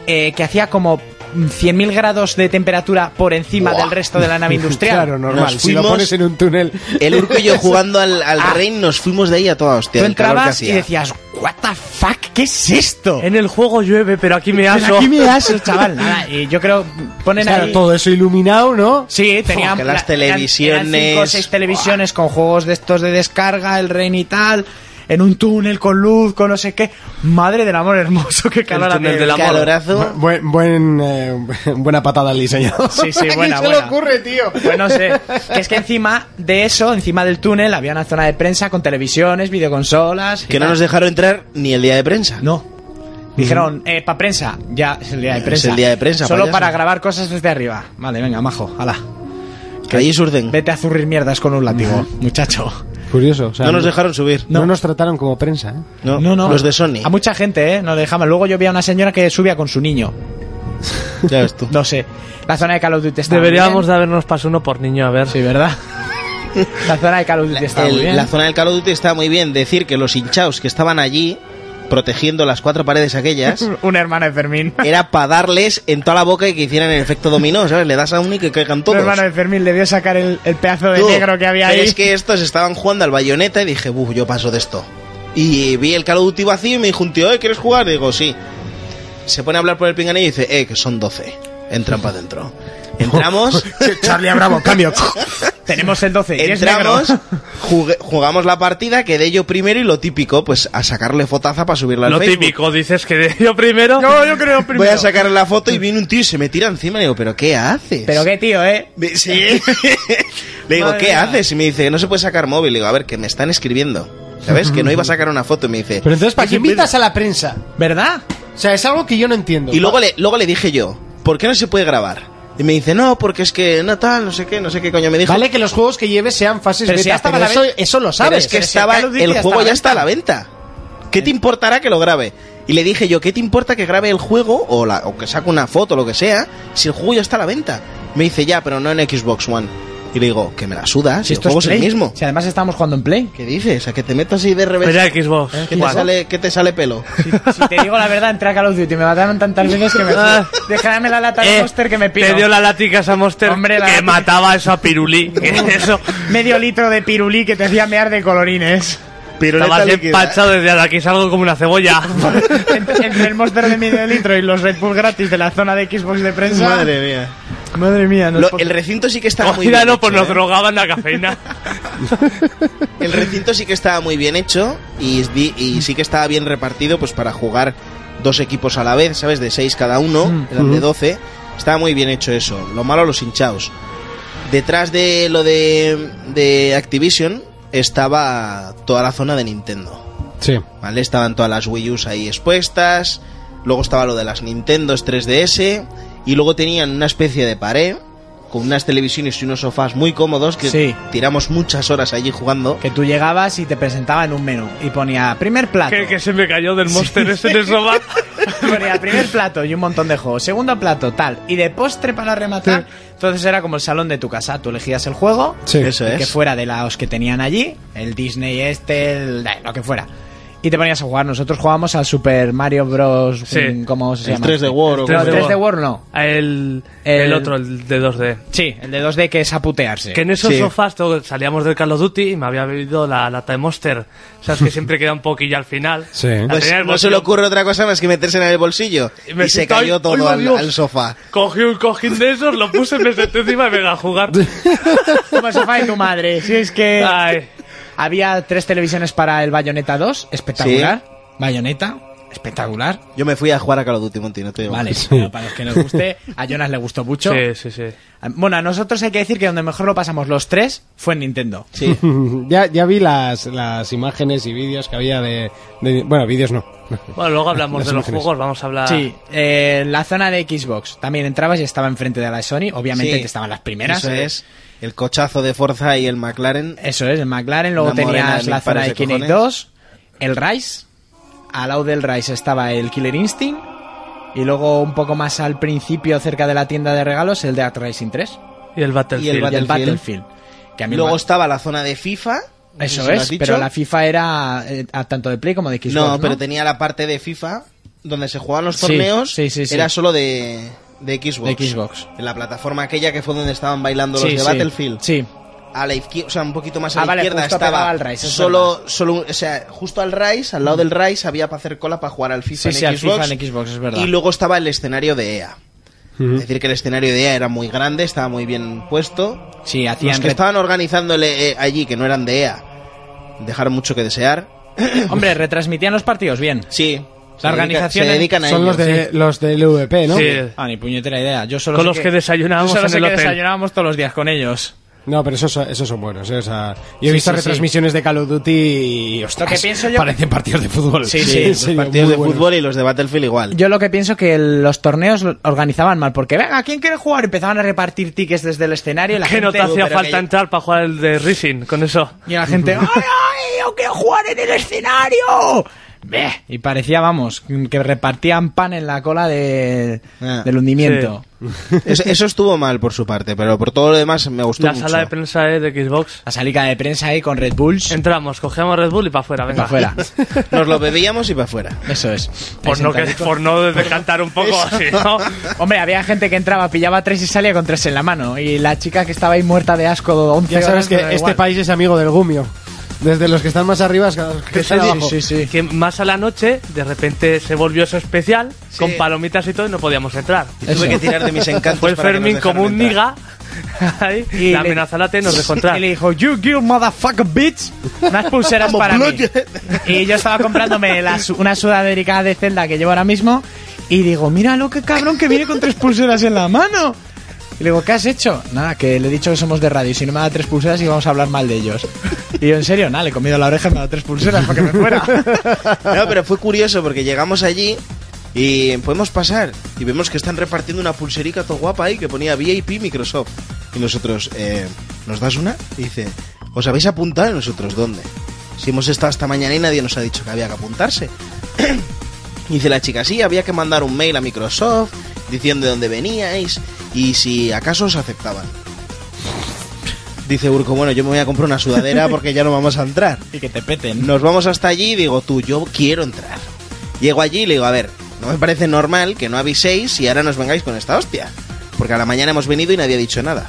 Speaker 3: eh, que hacía como 100.000 grados de temperatura por encima del resto de la nave industrial.
Speaker 2: Claro, normal.
Speaker 4: Nos
Speaker 2: Si lo
Speaker 4: fuimos-
Speaker 2: pones en un túnel.
Speaker 4: El Urco y yo jugando al, al
Speaker 3: Ah.
Speaker 4: Rain nos fuimos de ahí a toda hostia.
Speaker 3: Tú
Speaker 4: el calor que
Speaker 3: entrabas y
Speaker 4: hacía.
Speaker 3: decías, ¿What the fuck? ¿Qué es esto?
Speaker 5: En el juego llueve, pero aquí me
Speaker 3: Pero
Speaker 5: aso.
Speaker 3: aquí me das, chaval. Nada, y yo creo, ponen
Speaker 2: Claro,
Speaker 3: ahí-
Speaker 2: todo eso iluminado, ¿no?
Speaker 3: Sí, tenían
Speaker 4: que las
Speaker 3: la- eran- Eran,
Speaker 4: televisiones.
Speaker 3: cinco o seis televisiones con juegos de estos de descarga, el Rain y tal. En un túnel con luz, con no sé qué. Madre del amor hermoso, qué calor
Speaker 5: túnel
Speaker 3: aquel.
Speaker 5: del amor.
Speaker 4: Calorazo.
Speaker 2: Buen, buen, eh, buena patada al diseñador.
Speaker 3: Sí, sí, buena,
Speaker 2: ¿A quién se
Speaker 3: buena.
Speaker 2: le ocurre, tío?
Speaker 3: Pues no sé. Que es que encima de eso, encima del túnel, había una zona de prensa con televisiones, videoconsolas. y
Speaker 4: Que no
Speaker 3: tal.
Speaker 4: nos dejaron entrar ni el día de prensa.
Speaker 3: No. Dijeron, eh, pa' prensa. Ya, es el día de
Speaker 4: Es
Speaker 3: prensa.
Speaker 4: el día de prensa,
Speaker 3: Solo
Speaker 4: payaso.
Speaker 3: para grabar cosas desde arriba. Vale, venga, majo, ala.
Speaker 4: Que allí surden.
Speaker 3: Vete a zurrir mierdas con un látigo, muchacho.
Speaker 2: Curioso. o sea,
Speaker 4: No nos dejaron subir.
Speaker 2: no nos trataron como prensa, ¿eh?
Speaker 4: No, Los de Sony.
Speaker 3: A mucha gente, ¿eh? No le dejaban. Luego yo vi a una señora que subía con su niño.
Speaker 4: Ya ves tú.
Speaker 3: No sé. La zona de Call of Duty está
Speaker 5: Deberíamos
Speaker 3: muy
Speaker 5: de habernos pasado uno por niño, a ver.
Speaker 3: bien. Sí, ¿verdad? la zona de Call of Duty está
Speaker 4: El-
Speaker 3: muy bien.
Speaker 4: la zona del Call of Duty está muy bien. Decir que los hinchaos que estaban allí, protegiendo las cuatro paredes aquellas,
Speaker 3: Un hermano de Fermín.
Speaker 4: era para darles en toda la boca y que hicieran el efecto dominó, ¿sabes? Le das a uno y que caigan
Speaker 3: Un
Speaker 4: todos.
Speaker 3: hermano de Fermín le dio sacar el, el pedazo de
Speaker 4: Tú,
Speaker 3: negro que había
Speaker 4: pero
Speaker 3: ahí.
Speaker 4: es que estos estaban jugando al bayoneta y dije, buf, yo paso de esto. Y vi el Call of Duty vacío y me dijo un tío, eh, ¿quieres jugar? Y digo, sí. Se pone a hablar por el pinganillo y dice, eh, que son 12. Entran para adentro. Entramos,
Speaker 2: Charlie Bravo, cambio.
Speaker 3: Tenemos el 12. y es
Speaker 4: entramos,
Speaker 3: negro.
Speaker 4: jugué- jugamos la partida, quedé yo primero y lo típico, pues a sacarle fotaza para subirla al
Speaker 5: Lo
Speaker 4: Facebook.
Speaker 5: típico, dices que yo primero.
Speaker 3: No, yo creo
Speaker 4: Voy a sacar la foto y viene un tío y se me tira encima y digo, ¿pero qué haces?
Speaker 3: Pero qué tío, ¿eh?
Speaker 4: Me- sí. Le digo,
Speaker 3: Madre
Speaker 4: ¿qué
Speaker 3: mía.
Speaker 4: haces? Y me dice, no se puede sacar móvil. Le digo, a ver, que me están escribiendo. ¿Sabes? Que no iba a sacar una foto. Y me dice.
Speaker 2: Pero entonces, ¿para
Speaker 4: "Es
Speaker 2: qué
Speaker 4: un vídeo".
Speaker 2: invitas a la prensa?
Speaker 3: ¿Verdad?
Speaker 2: O sea, es algo que yo no entiendo.
Speaker 4: Y luego le, luego le dije yo, ¿por qué no se puede grabar? Y me dice, no, porque es que no tal, no sé qué, no sé qué coño me dijo.
Speaker 2: Vale que los juegos que lleves sean fases
Speaker 3: Pero si ya
Speaker 2: beta,
Speaker 3: estaba
Speaker 2: pero
Speaker 3: la
Speaker 2: eso,
Speaker 3: vez-
Speaker 2: eso lo
Speaker 4: Pero
Speaker 2: sabes.
Speaker 4: es que
Speaker 3: pero si
Speaker 4: estaba,
Speaker 3: el Call of
Speaker 4: el,
Speaker 3: Duty ya está
Speaker 4: juego
Speaker 3: a la
Speaker 4: ya está a la venta. ¿Qué te importará que lo grabe? Y le dije yo, ¿qué te importa que grabe el juego o, la, o que saque una foto, lo que sea, si el juego ya está a la venta? Me dice, ya, pero no en Xbox One. Y le digo, que me la sudas,
Speaker 3: Si
Speaker 4: si el
Speaker 3: esto
Speaker 4: juego
Speaker 3: es
Speaker 4: es el
Speaker 3: Play,
Speaker 4: mismo.
Speaker 3: Si además estamos jugando en Play.
Speaker 4: ¿Qué dices? ¿A que te metas así de revés?
Speaker 5: Mira Xbox.
Speaker 3: ¿Eh?
Speaker 4: ¿Qué te,
Speaker 5: Juan.
Speaker 4: sale, ¿Qué te sale pelo?
Speaker 3: Si te digo la verdad, entré a Call of Duty. Me mataron tantas veces que me.
Speaker 5: Ah.
Speaker 3: Déjame la lata de
Speaker 5: Eh,
Speaker 3: póster que me pido.
Speaker 5: Te dio la lática esa Monster
Speaker 3: Hombre, la
Speaker 5: que
Speaker 3: látiga.
Speaker 5: mataba a esa pirulí. que eso.
Speaker 3: Medio litro de pirulí que te hacía mear de colorines.
Speaker 5: Estabas
Speaker 4: líquida.
Speaker 3: ¿eh?
Speaker 5: empachado desde aquí salgo como una cebolla.
Speaker 3: entre, entre el monster de medio litro y los Red Bull gratis de la zona de Xbox de prensa.
Speaker 4: Madre mía.
Speaker 3: Madre mía, no es
Speaker 4: Lo-
Speaker 3: poco.
Speaker 4: el recinto sí que estaba muy
Speaker 5: Mira,
Speaker 4: bien
Speaker 5: no,
Speaker 4: hecho,
Speaker 5: pues nos
Speaker 4: ¿eh?
Speaker 5: drogaban la cafeína.
Speaker 4: El recinto sí que estaba muy bien hecho y, di- y sí que estaba bien repartido pues para jugar dos equipos a la vez, ¿sabes? De seis cada uno, eran de 12. Estaba muy bien hecho eso. Lo malo, los hinchaos. Detrás de lo de, de Activision estaba toda la zona de Nintendo.
Speaker 2: Sí.
Speaker 4: ¿Vale? Estaban todas las Wii U's ahí expuestas. Luego estaba lo de las Nintendos 3DS. Y luego tenían una especie de pared con unas televisiones y unos sofás muy cómodos que
Speaker 3: Sí.
Speaker 4: tiramos muchas horas allí jugando.
Speaker 3: Que tú llegabas y te presentaban un menú y ponía primer plato.
Speaker 5: que, que se me cayó del Monster ese en el sofá.
Speaker 3: Ponía primer plato y un montón de juegos. Segundo plato, tal. Y de postre para rematar. Entonces era como el salón de tu casa. Tú elegías el juego.
Speaker 2: Sí.
Speaker 4: Eso
Speaker 3: y
Speaker 4: es.
Speaker 3: Que fuera de los que tenían allí. El Disney este, el- lo que fuera. Y te ponías a jugar. Nosotros jugábamos al Super Mario Bros.
Speaker 5: Sí.
Speaker 3: ¿Cómo se
Speaker 4: El
Speaker 3: llama?
Speaker 4: 3 de War o
Speaker 3: No, el
Speaker 4: cómo se
Speaker 3: 3
Speaker 4: llama.
Speaker 3: de War no.
Speaker 5: El,
Speaker 3: El-
Speaker 5: el, otro, el de 2D.
Speaker 3: Sí, el de 2D que es aputearse.
Speaker 5: Que en esos
Speaker 4: Sí.
Speaker 5: sofás todo- salíamos del Call of Duty y me había bebido la lata de Monster. Sabes que siempre queda un poquillo al final.
Speaker 2: Sí.
Speaker 5: La
Speaker 4: Pues
Speaker 5: tenía en el
Speaker 4: no se le
Speaker 5: bolsillo.
Speaker 4: ocurre otra cosa más que meterse en el bolsillo.
Speaker 5: Y
Speaker 4: Y,
Speaker 5: me
Speaker 4: se
Speaker 5: siento ahí,
Speaker 4: cayó todo
Speaker 5: ¡hola,
Speaker 4: al,
Speaker 5: Dios!
Speaker 4: al sofá.
Speaker 5: Cogí un cojín de esos, lo puse, me senté encima y me iba a jugar.
Speaker 3: Como el sofá de tu madre. Si es que.
Speaker 5: Ay.
Speaker 3: Había tres televisiones para el Bayonetta 2, espectacular. Bayonetta, espectacular.
Speaker 4: Yo me fui a jugar a Call of Duty, Monti, no te digo
Speaker 3: Vale,
Speaker 4: más.
Speaker 3: pero para los que nos guste, a Jonas le gustó mucho.
Speaker 5: Sí, sí, sí.
Speaker 3: Bueno, a nosotros hay que decir que donde mejor lo pasamos los tres fue en Nintendo.
Speaker 4: Sí.
Speaker 2: ya, ya vi las, las imágenes y vídeos que había de, de- Bueno, vídeos no.
Speaker 5: Bueno, luego hablamos
Speaker 2: Las
Speaker 5: de los
Speaker 2: imágenes.
Speaker 5: juegos, vamos a
Speaker 4: Ah.
Speaker 5: hablar.
Speaker 3: Sí, eh, la zona de Xbox. También entrabas y estaba enfrente de la de Sony. Obviamente
Speaker 4: Sí.
Speaker 3: te estaban las primeras. Eh,
Speaker 4: Eso es. El cochazo de Forza y el McLaren.
Speaker 3: Eso es, el McLaren. Luego
Speaker 4: Una morena
Speaker 3: tenías
Speaker 4: de
Speaker 3: la
Speaker 4: mil
Speaker 3: zona
Speaker 4: pares
Speaker 3: de
Speaker 4: de
Speaker 3: Kinect
Speaker 4: cojones.
Speaker 3: 2, el Rise. Al lado del Rise estaba el Killer Instinct. Y luego un poco más al principio, cerca de la tienda de regalos, el de Art Racing 3.
Speaker 5: Y el Battlefield.
Speaker 4: Y el
Speaker 3: y el
Speaker 4: Battlefield.
Speaker 3: Battlefield. Que a mí
Speaker 4: Luego
Speaker 3: me-
Speaker 4: estaba la zona de FIFA. no sé
Speaker 3: Eso
Speaker 4: si lo has
Speaker 3: es,
Speaker 4: dicho.
Speaker 3: pero la FIFA era eh, a tanto de Play como de Xbox.
Speaker 4: No,
Speaker 3: No,
Speaker 4: pero tenía la parte de FIFA donde se jugaban los
Speaker 3: Sí,
Speaker 4: torneos.
Speaker 3: sí, sí, sí.
Speaker 4: Era solo de, de Xbox.
Speaker 3: De Xbox.
Speaker 4: En la plataforma aquella que fue donde estaban bailando
Speaker 3: Sí,
Speaker 4: los de
Speaker 3: sí.
Speaker 4: Battlefield.
Speaker 3: Sí,
Speaker 4: A la izquierda, o sea, un poquito más a
Speaker 3: Ah,
Speaker 4: la
Speaker 3: vale,
Speaker 4: izquierda
Speaker 3: justo
Speaker 4: estaba
Speaker 3: pegaba al Rise, es Mm.
Speaker 4: solo, solo, un- o sea, justo al Rise, al lado del Rise había para hacer cola para jugar al FIFA
Speaker 3: sí,
Speaker 4: en
Speaker 3: sí, al
Speaker 4: Xbox.
Speaker 3: FIFA en Xbox, es verdad.
Speaker 4: Y luego estaba el escenario de EA.
Speaker 2: Ujú.
Speaker 4: Es decir, que el escenario de EA era muy grande, estaba muy bien puesto.
Speaker 3: Sí,
Speaker 4: Los
Speaker 3: hacían...
Speaker 4: que
Speaker 3: re-
Speaker 4: estaban organizándole eh, allí, que no eran de EA, dejaron mucho que desear.
Speaker 3: Hombre, retransmitían los partidos bien.
Speaker 4: Sí.
Speaker 3: La organización
Speaker 4: se dedican a
Speaker 2: Son
Speaker 4: ello,
Speaker 2: los, de, los del VP, ¿no?
Speaker 5: Sí.
Speaker 3: Ah, ni puñetera idea. Yo solo
Speaker 5: Con
Speaker 3: sé
Speaker 5: los que
Speaker 3: yo
Speaker 5: desayunábamos
Speaker 3: solo
Speaker 5: en
Speaker 3: sé
Speaker 5: el
Speaker 3: que
Speaker 5: hotel.
Speaker 3: desayunábamos todos los días con ellos.
Speaker 2: No, pero esos, son- esos son buenos. ¿eh? O sea, yo he
Speaker 3: Sí,
Speaker 2: visto
Speaker 3: sí, sí.
Speaker 2: retransmisiones de Call of Duty y. Ostras,
Speaker 3: Lo que pienso yo-
Speaker 2: parecen partidos de fútbol.
Speaker 3: Sí, sí,
Speaker 2: En
Speaker 3: los
Speaker 4: sí.
Speaker 2: serio,
Speaker 4: Partidos
Speaker 2: muy
Speaker 4: de
Speaker 2: buenos.
Speaker 4: fútbol y los de Battlefield igual.
Speaker 3: Yo lo que pienso que el- los torneos lo- organizaban mal, porque venga, ¿quién quiere jugar? Empezaban a repartir tickets desde el escenario y la
Speaker 5: Que no
Speaker 3: gente...
Speaker 5: te hacía
Speaker 4: pero que
Speaker 5: falta
Speaker 4: yo-
Speaker 5: entrar para jugar el de Rising con eso.
Speaker 3: Y la gente, ¡ay, ay! ¡Yo quiero jugar en el escenario! Beh. Y parecía, vamos, que repartían pan en la cola de,
Speaker 4: Ah,
Speaker 3: del hundimiento.
Speaker 4: Eso, eso estuvo mal por su parte, pero por todo lo demás me gustó
Speaker 5: La
Speaker 4: mucho.
Speaker 5: sala de prensa eh, de Xbox.
Speaker 3: La salica de prensa ahí con Red Bulls.
Speaker 5: Entramos, cogíamos Red Bull y para afuera, venga.
Speaker 3: para afuera.
Speaker 4: Nos lo bebíamos y para afuera.
Speaker 3: Eso es.
Speaker 5: Por
Speaker 3: Ahí
Speaker 5: no, que,
Speaker 3: sentadito.
Speaker 5: por no decantar un poco así, ¿no?
Speaker 3: Hombre, había gente que entraba, pillaba tres y salía con tres en la mano. Y la chica que estaba ahí muerta de asco 11
Speaker 2: Ya sabes
Speaker 3: horas,
Speaker 2: que
Speaker 3: pero da
Speaker 2: este
Speaker 3: igual.
Speaker 2: país es amigo del gumio. Desde los que están más arriba hasta los que están
Speaker 3: Sí,
Speaker 2: abajo.
Speaker 3: Sí, sí,
Speaker 5: Que más a la noche, de repente se volvió eso especial,
Speaker 4: Sí.
Speaker 5: con palomitas y todo, y no podíamos entrar.
Speaker 4: Y tuve
Speaker 3: Eso.
Speaker 4: que tirar de mis encantos.
Speaker 5: Fue el
Speaker 4: para que nos
Speaker 5: Fermín
Speaker 4: dejaran
Speaker 5: como un
Speaker 4: entrar.
Speaker 5: niga. ahí,
Speaker 3: Y
Speaker 5: la
Speaker 3: le-
Speaker 5: amenaza late nos dejó entrar.
Speaker 3: Y le dijo, You girl motherfucker bitch. Unas pulseras
Speaker 4: Vamos,
Speaker 3: para mí.
Speaker 4: blood.
Speaker 3: Y yo estaba comprándome la su- una sudamérica de Zelda que llevo ahora mismo. Y digo, mira lo que cabrón que viene con tres pulseras en la mano. Y le digo, ¿qué has hecho? Nada, que le he dicho que somos de radio. Si no me da tres pulseras y vamos a hablar mal de ellos. Y yo, en serio, nada, le he comido la oreja y me ha dado tres pulseras para que me fuera.
Speaker 4: No, pero fue curioso porque llegamos allí y podemos pasar y vemos que están repartiendo una pulserica todo guapa ahí que ponía VIP Microsoft. Y nosotros, eh, ¿nos das una? Y dice, ¿os habéis apuntado? Y nosotros, ¿dónde? Si hemos estado hasta mañana y nadie nos ha dicho que había que apuntarse. Y dice la chica, sí, había que mandar un mail a Microsoft diciendo de dónde veníais y si acaso os aceptaban. Dice Urco, bueno, yo me voy a comprar una sudadera porque ya no vamos a entrar.
Speaker 3: Y que te peten.
Speaker 4: Nos vamos hasta allí y digo, tú, yo quiero entrar. Llego allí y le digo, a ver, no me parece normal que no aviséis y ahora nos vengáis con esta hostia. Porque a la mañana hemos venido y nadie ha dicho nada.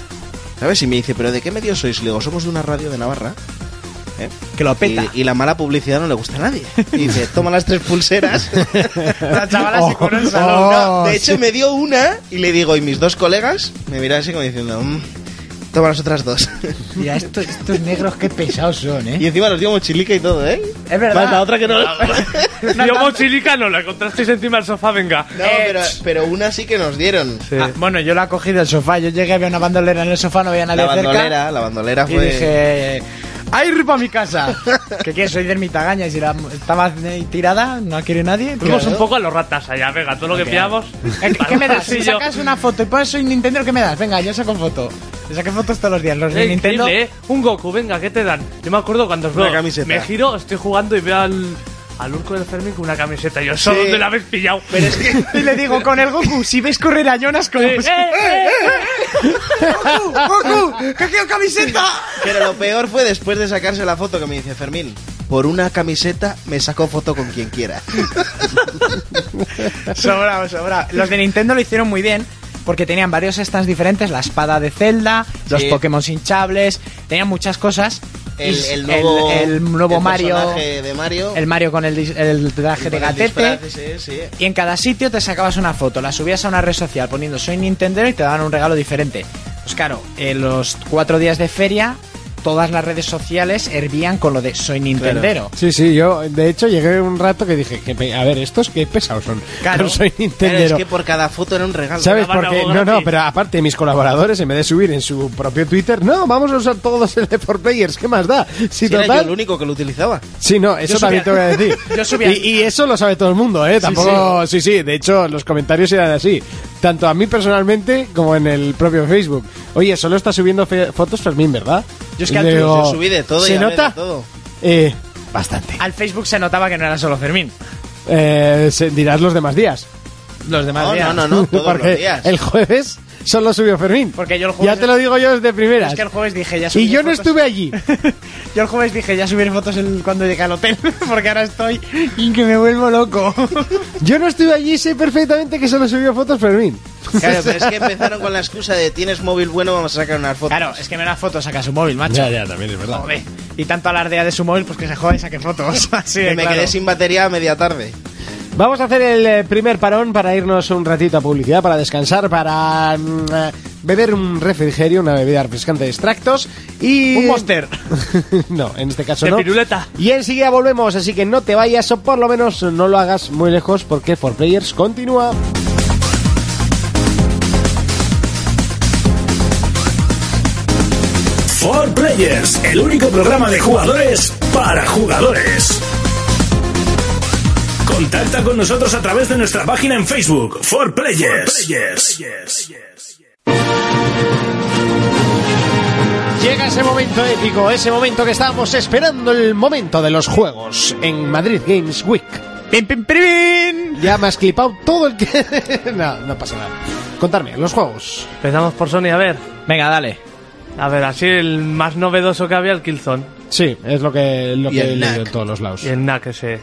Speaker 4: ¿Sabes? Y me dice, ¿pero de qué medio sois? Le digo, somos de una radio de Navarra. ¿eh?
Speaker 3: Que lo
Speaker 4: Y,
Speaker 3: peta.
Speaker 4: y la mala publicidad no le gusta a nadie. Y dice, toma las tres pulseras.
Speaker 3: La chavala se curó el salón.
Speaker 4: No, de hecho me dio una y le digo, y mis dos colegas me miran así como diciendo, "Mm, toma las otras dos.
Speaker 3: Mira, estos, estos negros qué pesados son,
Speaker 4: Y
Speaker 3: ¿eh?
Speaker 4: encima nos dio mochilica y todo, ¿eh?
Speaker 3: Es verdad.
Speaker 4: Más la otra que no...
Speaker 5: Yo mochilica no, la encontrasteis encima del sofá, venga.
Speaker 3: Eh,
Speaker 4: No, pero, pero una sí que nos dieron.
Speaker 5: Sí.
Speaker 3: Ah, bueno, yo la cogí del sofá. Yo llegué, había una bandolera en el sofá, no veía nadie
Speaker 4: La
Speaker 3: cerca.
Speaker 4: bandolera, la bandolera
Speaker 3: Y
Speaker 4: fue...
Speaker 3: dije, ¡ay, ripa mi casa! que qué? Soy de ermitagaña y si la estaba ahí tirada, no quiere nadie.
Speaker 5: Fuimos
Speaker 4: Claro.
Speaker 5: un poco a los ratas allá, venga, todo lo que pillamos.
Speaker 3: ¿Qué, qué me das? Si
Speaker 5: Palmarcillo.
Speaker 3: sacas una foto y pones soy Nintendo, ¿qué me das? Venga, yo saco foto. Yo saqué fotos todos los días. Los de
Speaker 5: Eh,
Speaker 3: Pues Nintendo.
Speaker 5: increíble, ¿eh? Un Goku, venga, ¿qué te dan? Yo me acuerdo cuando os
Speaker 4: Una
Speaker 5: veo,
Speaker 4: camiseta.
Speaker 5: me giro, estoy jugando y veo al, al Urco del Fermín con una camiseta. Yo, solo
Speaker 4: Sí.
Speaker 5: dónde la habéis pillado?
Speaker 3: Y le digo, con el Goku, si ves correr a Jonas, como...
Speaker 5: Eh, eh, eh,
Speaker 3: ¡Goku! ¡Goku! ¡Que quiero camiseta!
Speaker 4: Pero lo peor fue después de sacarse la foto que me dice Fermín. Por una camiseta me saco foto con quien quiera.
Speaker 3: Sobrado, sobrado. Los de Nintendo lo hicieron muy bien. Porque tenían varios stands diferentes, la espada de Zelda, los
Speaker 4: Sí.
Speaker 3: Pokémon hinchables, tenían muchas cosas.
Speaker 4: El,
Speaker 3: Y
Speaker 4: el nuevo,
Speaker 3: el- el nuevo
Speaker 4: el
Speaker 3: Mario,
Speaker 4: personaje de Mario.
Speaker 3: el Mario con el, dis- el traje
Speaker 4: con
Speaker 3: de
Speaker 4: el
Speaker 3: gatete.
Speaker 4: disfraz ese, sí.
Speaker 3: Y en cada sitio te sacabas una foto, la subías a una red social poniendo soy Nintendo y te daban un regalo diferente. Pues claro, en los cuatro días de feria, todas las redes sociales hervían con lo de soy Nintendero.
Speaker 2: Sí, sí, yo de hecho llegué un rato que dije, que pe- a ver, estos qué pesados son.
Speaker 3: Claro.
Speaker 2: No soy
Speaker 4: Claro,
Speaker 2: Nintendero.
Speaker 4: es que por cada foto era un regalo.
Speaker 2: ¿Sabes
Speaker 5: Graban
Speaker 2: por qué?
Speaker 5: algo
Speaker 2: No, no,
Speaker 5: gratis.
Speaker 2: pero aparte mis colaboradores, en vez de subir en su propio Twitter, no, vamos a usar todos el de 4Players, ¿qué más da? Si
Speaker 4: Si era yo el
Speaker 2: total...
Speaker 4: único que lo utilizaba.
Speaker 2: Sí, no, eso
Speaker 3: Yo
Speaker 2: también te voy a
Speaker 3: subía-
Speaker 2: decir.
Speaker 3: Yo subía-
Speaker 2: y, y eso lo sabe todo el mundo, ¿eh? Tampoco... Sí sí. de hecho los comentarios eran así. Tanto a mí personalmente como en el propio Facebook. Oye, solo está subiendo fe- fotos Fermín, ¿verdad?
Speaker 3: Yo es que
Speaker 2: Y
Speaker 3: al
Speaker 2: le
Speaker 3: Twitter
Speaker 2: digo,
Speaker 4: Yo subí de todo y
Speaker 2: ¿Se
Speaker 4: hablé de
Speaker 2: nota?
Speaker 4: todo.
Speaker 2: Eh, bastante.
Speaker 3: Al Facebook se notaba que no era solo Fermín.
Speaker 2: Eh, se- dirás los demás días.
Speaker 3: Los demás
Speaker 4: No,
Speaker 3: días.
Speaker 4: no, no, todos
Speaker 2: Porque
Speaker 4: los días.
Speaker 2: el jueves solo subió Fermín.
Speaker 3: Porque yo el jueves-
Speaker 2: Ya te lo digo yo desde primeras.
Speaker 3: Es que el jueves dije ya subiré
Speaker 2: y yo no
Speaker 3: fotos-
Speaker 2: estuve allí.
Speaker 3: Yo el jueves dije ya subiré fotos el- cuando llegué al hotel. Porque ahora estoy y que me vuelvo loco.
Speaker 2: Yo no estuve allí y sé perfectamente que solo subió fotos Fermín.
Speaker 4: Claro, pero es que empezaron con la excusa de tienes móvil bueno, vamos a sacar unas fotos.
Speaker 3: claro, es que no era fotos, saca su móvil, macho.
Speaker 2: ya, también es verdad.
Speaker 3: Joder. Y tanto alardea de su móvil, pues que se jode y saque fotos. Así
Speaker 4: que
Speaker 3: de
Speaker 4: me
Speaker 3: claro.
Speaker 4: quedé sin batería a media tarde.
Speaker 2: Vamos a hacer el eh, primer parón para irnos un ratito a publicidad, para descansar, para mm, eh, beber un refrigerio, una bebida refrescante de extractos y...
Speaker 3: Un póster.
Speaker 2: no, en este caso
Speaker 5: De
Speaker 2: no.
Speaker 5: piruleta.
Speaker 2: Y enseguida volvemos, así que no te vayas o por lo menos no lo hagas muy lejos porque For Players continúa.
Speaker 1: For Players, el único programa de jugadores para jugadores. Contacta con nosotros a través de nuestra página en Facebook, For Players.
Speaker 2: Llega ese momento épico, ese momento que estábamos esperando, el momento de los juegos en Madrid Games Week.
Speaker 3: ¡Pim, pim, pim!
Speaker 2: Ya me has clipado todo el que... no, no pasa nada. Contarme, los juegos.
Speaker 5: Empezamos por Sony, a ver.
Speaker 3: Venga, dale.
Speaker 5: A ver, así el más novedoso que había, el Killzone.
Speaker 2: Sí, es lo que, lo
Speaker 4: Y
Speaker 2: que
Speaker 4: el
Speaker 2: he leído
Speaker 4: Knack.
Speaker 2: en todos los lados.
Speaker 5: Y el NAC ese.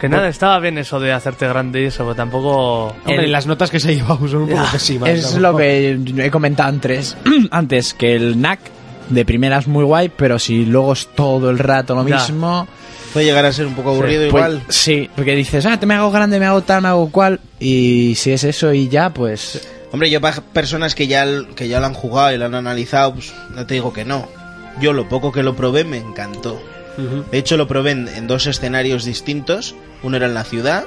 Speaker 5: Que nada, estaba bien eso de hacerte grande y eso, pero tampoco...
Speaker 2: Hombre,
Speaker 3: el-
Speaker 2: las notas que se ha llevado son un poco
Speaker 4: Ah,
Speaker 2: pésimas.
Speaker 3: Es
Speaker 2: tampoco.
Speaker 3: lo que he comentado antes, antes que el NAC de primera es muy guay, pero si luego es todo el rato lo
Speaker 5: Ya.
Speaker 3: mismo,
Speaker 4: Puede llegar a ser un poco aburrido
Speaker 3: pues,
Speaker 4: igual.
Speaker 3: sí, porque dices, ah, te me hago grande, me hago tal, me hago cual, y si es eso y ya, pues
Speaker 4: Hombre, yo para personas que ya, l- que ya lo han jugado y lo han analizado, pues no te digo que no. Yo lo poco que lo probé me encantó. De hecho, lo probé en, en dos escenarios distintos. Uno era en la ciudad,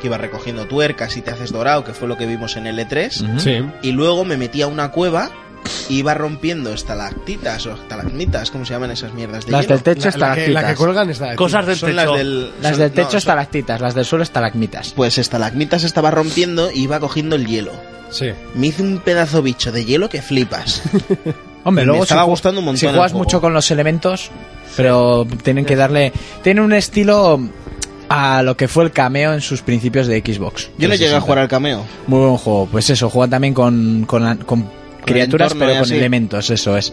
Speaker 4: que iba recogiendo tuercas y te haces dorado, que fue lo que vimos en L3.
Speaker 2: Sí.
Speaker 4: Y luego me metí a una cueva y iba rompiendo estalactitas o estalagmitas, ¿cómo se llaman esas mierdas? De
Speaker 3: las
Speaker 4: hielo?
Speaker 3: del techo
Speaker 2: La- la, que, la que
Speaker 3: estalactitas,
Speaker 2: cuelgan está...
Speaker 5: Cosas del
Speaker 4: Son
Speaker 5: techo.
Speaker 4: las del,
Speaker 3: las
Speaker 4: son-
Speaker 3: del
Speaker 4: no,
Speaker 3: techo
Speaker 4: son-
Speaker 3: estalactitas, las del suelo estalagmitas.
Speaker 4: Pues estalagmitas estaba rompiendo y iba cogiendo el hielo.
Speaker 2: Sí.
Speaker 4: Me hice un pedazo bicho de hielo que flipas.
Speaker 3: Hombre,
Speaker 4: Me
Speaker 3: luego
Speaker 4: estaba
Speaker 3: ju-
Speaker 4: gustando un montón
Speaker 3: si
Speaker 4: el
Speaker 3: juegas
Speaker 4: juego.
Speaker 3: mucho con los elementos, pero tienen que darle, tiene un estilo a lo que fue el cameo en sus principios de Xbox.
Speaker 4: Yo no llegué
Speaker 3: 360.
Speaker 4: a jugar al cameo.
Speaker 3: Muy buen juego. Pues eso, juega también con, con, con criaturas,
Speaker 4: entorno
Speaker 3: pero
Speaker 4: y
Speaker 3: con
Speaker 4: así.
Speaker 3: elementos, eso es.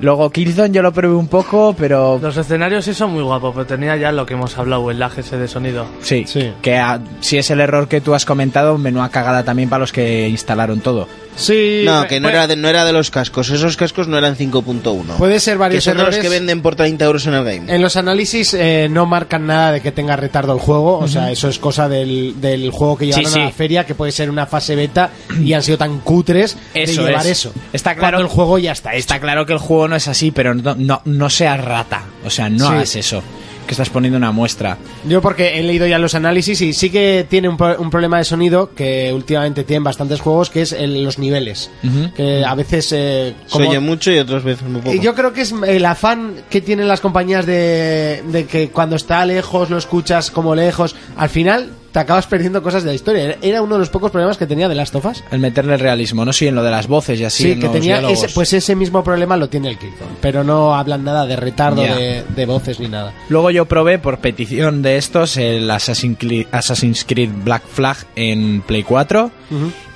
Speaker 3: Luego Killzone yo lo probé un poco, pero
Speaker 5: Los escenarios sí son muy guapos, pero tenía ya lo que hemos hablado, el lag ese de sonido.
Speaker 3: sí,
Speaker 2: Sí.
Speaker 3: que ah, si es el error que tú has comentado, menú cagada también para los que instalaron todo.
Speaker 2: Sí.
Speaker 4: No,
Speaker 2: me-
Speaker 4: que no
Speaker 2: me-
Speaker 4: era, de, no era de los cascos. Esos cascos no eran 5.1.
Speaker 2: Puede ser
Speaker 4: Que
Speaker 2: varios
Speaker 4: son de los
Speaker 2: errores.
Speaker 4: que venden por 30 euros en el game.
Speaker 2: En los análisis eh, no marcan nada de que tenga retardo el juego, o sea, eso es cosa del, del juego que llevaron a la
Speaker 3: sí.
Speaker 2: feria, que puede ser una fase beta y han sido tan cutres
Speaker 3: Eso
Speaker 2: de llevar
Speaker 3: es.
Speaker 2: eso.
Speaker 3: Está
Speaker 2: Cuando
Speaker 3: claro-
Speaker 2: el juego ya está hecho.
Speaker 3: Está claro que el juego no es así, pero no, no, no seas rata. O sea, no
Speaker 2: Sí.
Speaker 3: hagas eso. Que estás poniendo una muestra.
Speaker 2: Yo porque he leído ya los análisis y sí que tiene un, pro- un problema de sonido que últimamente tienen bastantes juegos, que es el- los niveles,
Speaker 3: Ujú.
Speaker 2: que a veces... eh,
Speaker 4: Se
Speaker 2: como-
Speaker 4: oye mucho y otras veces muy poco.
Speaker 2: Y Yo creo que es el afán que tienen las compañías de, de que cuando está lejos lo escuchas como lejos. Al final te acabas perdiendo cosas de la historia. Era- Era uno de los pocos problemas que tenía de las tofas.
Speaker 3: El meterle el realismo, no sí en lo de las voces y así.
Speaker 2: Sí,
Speaker 3: en
Speaker 2: que
Speaker 3: los
Speaker 2: tenía
Speaker 3: diálogos.
Speaker 2: ese, pues ese mismo problema lo tiene el Killzone, pero no hablan nada de retardo
Speaker 3: Ya.
Speaker 2: de, de voces ni nada.
Speaker 3: Luego yo probé por petición de estos el Assassin Cli- Assassin's Creed Black Flag en Play 4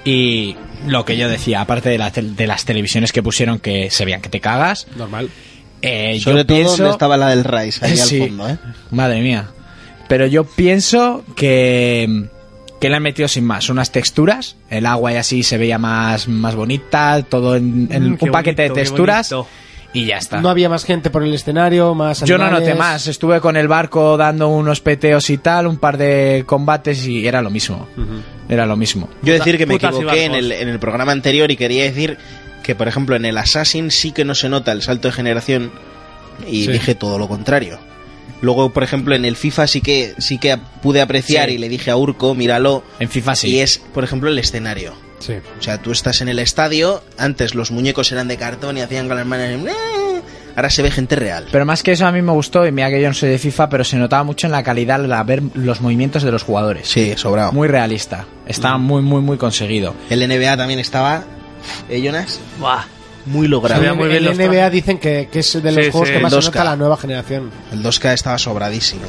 Speaker 3: y lo que yo decía, aparte de, la tel- de las televisiones que pusieron que se veían que te cagas,
Speaker 2: Normal.
Speaker 3: eh,
Speaker 4: Sobre
Speaker 3: yo
Speaker 4: todo
Speaker 3: pienso...
Speaker 4: donde estaba la del Rise, ahí
Speaker 3: Sí.
Speaker 4: al fondo, ¿eh?
Speaker 3: Madre mía. Pero yo pienso que, que le han metido sin más unas texturas, el agua y así se veía más, más bonita, todo en, en
Speaker 5: Mm,
Speaker 3: un
Speaker 5: qué
Speaker 3: paquete
Speaker 5: bonito,
Speaker 3: de
Speaker 5: qué
Speaker 3: texturas
Speaker 5: bonito.
Speaker 3: y ya está.
Speaker 2: No había más gente por el escenario, más
Speaker 3: Yo no
Speaker 2: animales.
Speaker 3: noté más, estuve con el barco dando unos peteos y tal, un par de combates y era lo mismo. Era lo mismo.
Speaker 4: Yo decir que me
Speaker 5: putas y
Speaker 4: equivoqué en
Speaker 5: barcos.
Speaker 4: el, en el programa anterior y quería decir que, por ejemplo, en el Assassin sí que no se nota el salto de generación y dije todo lo contrario. Luego, por ejemplo, en el FIFA sí que, sí que pude apreciar
Speaker 3: Sí.
Speaker 4: y le dije a Urco, míralo,
Speaker 3: En FIFA sí.
Speaker 4: y es, por ejemplo, el escenario.
Speaker 2: Sí.
Speaker 4: O sea, tú estás en el estadio, antes los muñecos eran de cartón y hacían con las manos... "Eh". Ahora se ve gente real.
Speaker 3: Pero más que eso a mí me gustó, y mira que yo no soy de FIFA, pero se notaba mucho en la calidad la ver los movimientos de los jugadores.
Speaker 4: Sí, Mm. sobrado.
Speaker 3: Muy realista. Estaba muy, muy, muy conseguido.
Speaker 4: El NBA también estaba... ¿Eh, Jonas?
Speaker 5: Buah.
Speaker 4: Muy logrado.
Speaker 5: Se veía muy bien
Speaker 2: el
Speaker 5: los
Speaker 2: NBA dicen que, que es de los
Speaker 5: Sí,
Speaker 2: juegos
Speaker 5: sí,
Speaker 2: que más se
Speaker 4: 2K.
Speaker 2: nota la nueva generación.
Speaker 4: El 2K estaba sobradísimo.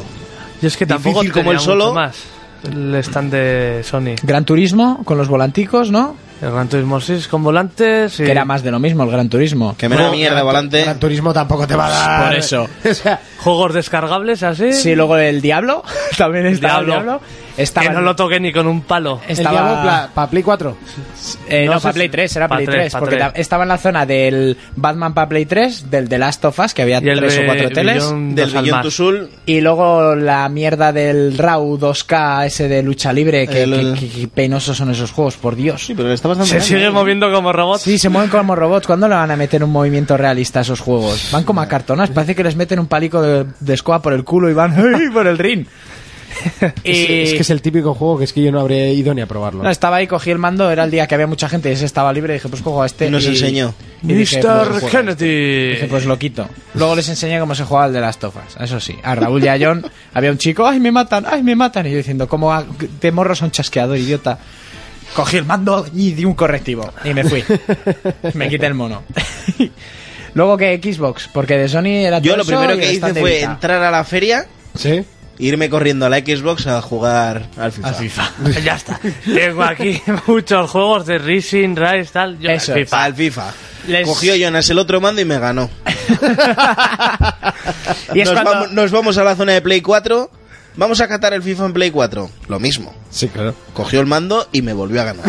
Speaker 5: Y es que tampoco
Speaker 4: Difícil como
Speaker 5: tenía
Speaker 4: el solo.
Speaker 5: mucho más. El stand de Sony.
Speaker 3: Gran Turismo con los volanticos, ¿no?
Speaker 5: El Gran Turismo 6 con volantes y...
Speaker 3: Que era más de lo mismo el Gran Turismo.
Speaker 4: Que me da
Speaker 2: No,
Speaker 4: mierda,
Speaker 2: Gran-
Speaker 4: volante.
Speaker 2: Gran Turismo tampoco te va a
Speaker 5: Ah,
Speaker 2: dar.
Speaker 3: Por eso.
Speaker 2: O sea,
Speaker 5: Juegos descargables así.
Speaker 3: Sí, luego el Diablo. También estaba el
Speaker 5: eh, Diablo.
Speaker 3: Diablo. Estaba,
Speaker 5: Que no lo toqué ni con un palo.
Speaker 3: estaba-
Speaker 2: el Diablo para Play 4.
Speaker 3: Eh, no,
Speaker 5: No sé
Speaker 3: para
Speaker 5: si-
Speaker 3: Play 3, era
Speaker 5: para
Speaker 3: Play 3,
Speaker 5: tres, para
Speaker 3: porque
Speaker 5: tres.
Speaker 3: ta- estaba en la zona del Batman para Play 3, del The Last of Us, que había
Speaker 5: Y el
Speaker 3: tres o
Speaker 5: de
Speaker 3: cuatro teles,
Speaker 5: Beyond
Speaker 4: Del
Speaker 5: dos al
Speaker 4: Beyond
Speaker 5: mar.
Speaker 4: to Soul,
Speaker 3: y luego la mierda del RAW 2K, ese de lucha libre, que,
Speaker 4: El-
Speaker 3: que- que- que penosos son esos juegos, por Dios.
Speaker 4: Sí, pero está bastante
Speaker 5: Se
Speaker 4: grande,
Speaker 5: sigue
Speaker 4: ¿eh?
Speaker 5: moviendo como robot.
Speaker 3: Sí, se mueven como robots. ¿Cuándo le van a meter un movimiento realista a esos juegos? Van como a cartonas. Parece que les meten un palico de, de escoba por el culo y van ¡ay! por el ring. Eh,
Speaker 2: Es, es que es el típico juego que es que yo no habré ido ni a probarlo.
Speaker 3: No, estaba ahí, cogí el mando, era el día que había mucha gente y ese estaba libre y dije, pues juego a este.
Speaker 4: Y nos enseñó.
Speaker 3: y dije, pues, juego a
Speaker 5: Mr.
Speaker 3: este.
Speaker 5: Kennedy.
Speaker 3: Dije, pues lo quito. Luego les enseñé cómo se jugaba el de las tofas. Eso sí, a Raúl y a John había un chico, ¡ay, me matan! ¡ay, me matan! Y yo diciendo, ¿cómo a- te morros a un chasqueador, idiota? Cogí el mando y di un correctivo. Y me fui. me quité el mono. Luego que Xbox, porque de Sony era
Speaker 4: Yo
Speaker 3: todo
Speaker 4: lo
Speaker 3: eso
Speaker 4: primero
Speaker 3: y
Speaker 4: que
Speaker 3: el
Speaker 4: hice
Speaker 3: stand de
Speaker 4: fue
Speaker 3: Vita.
Speaker 4: entrar a la feria,
Speaker 2: Sí.
Speaker 4: irme corriendo a la Xbox a jugar al FIFA.
Speaker 3: Al FIFA.
Speaker 5: Ya está. Tengo aquí muchos juegos de Racing, Rise, tal. Yo
Speaker 3: Eso
Speaker 5: al
Speaker 3: es.
Speaker 5: FIFA.
Speaker 4: Al FIFA.
Speaker 3: Les-
Speaker 4: Cogió Jonas el otro mando y me ganó.
Speaker 3: Y es
Speaker 4: nos,
Speaker 3: cuando-
Speaker 4: vamos, nos vamos a la zona de Play 4. Vamos a catar el FIFA en Play 4. Lo mismo.
Speaker 2: Sí, claro.
Speaker 4: Cogió el mando y me volvió a ganar.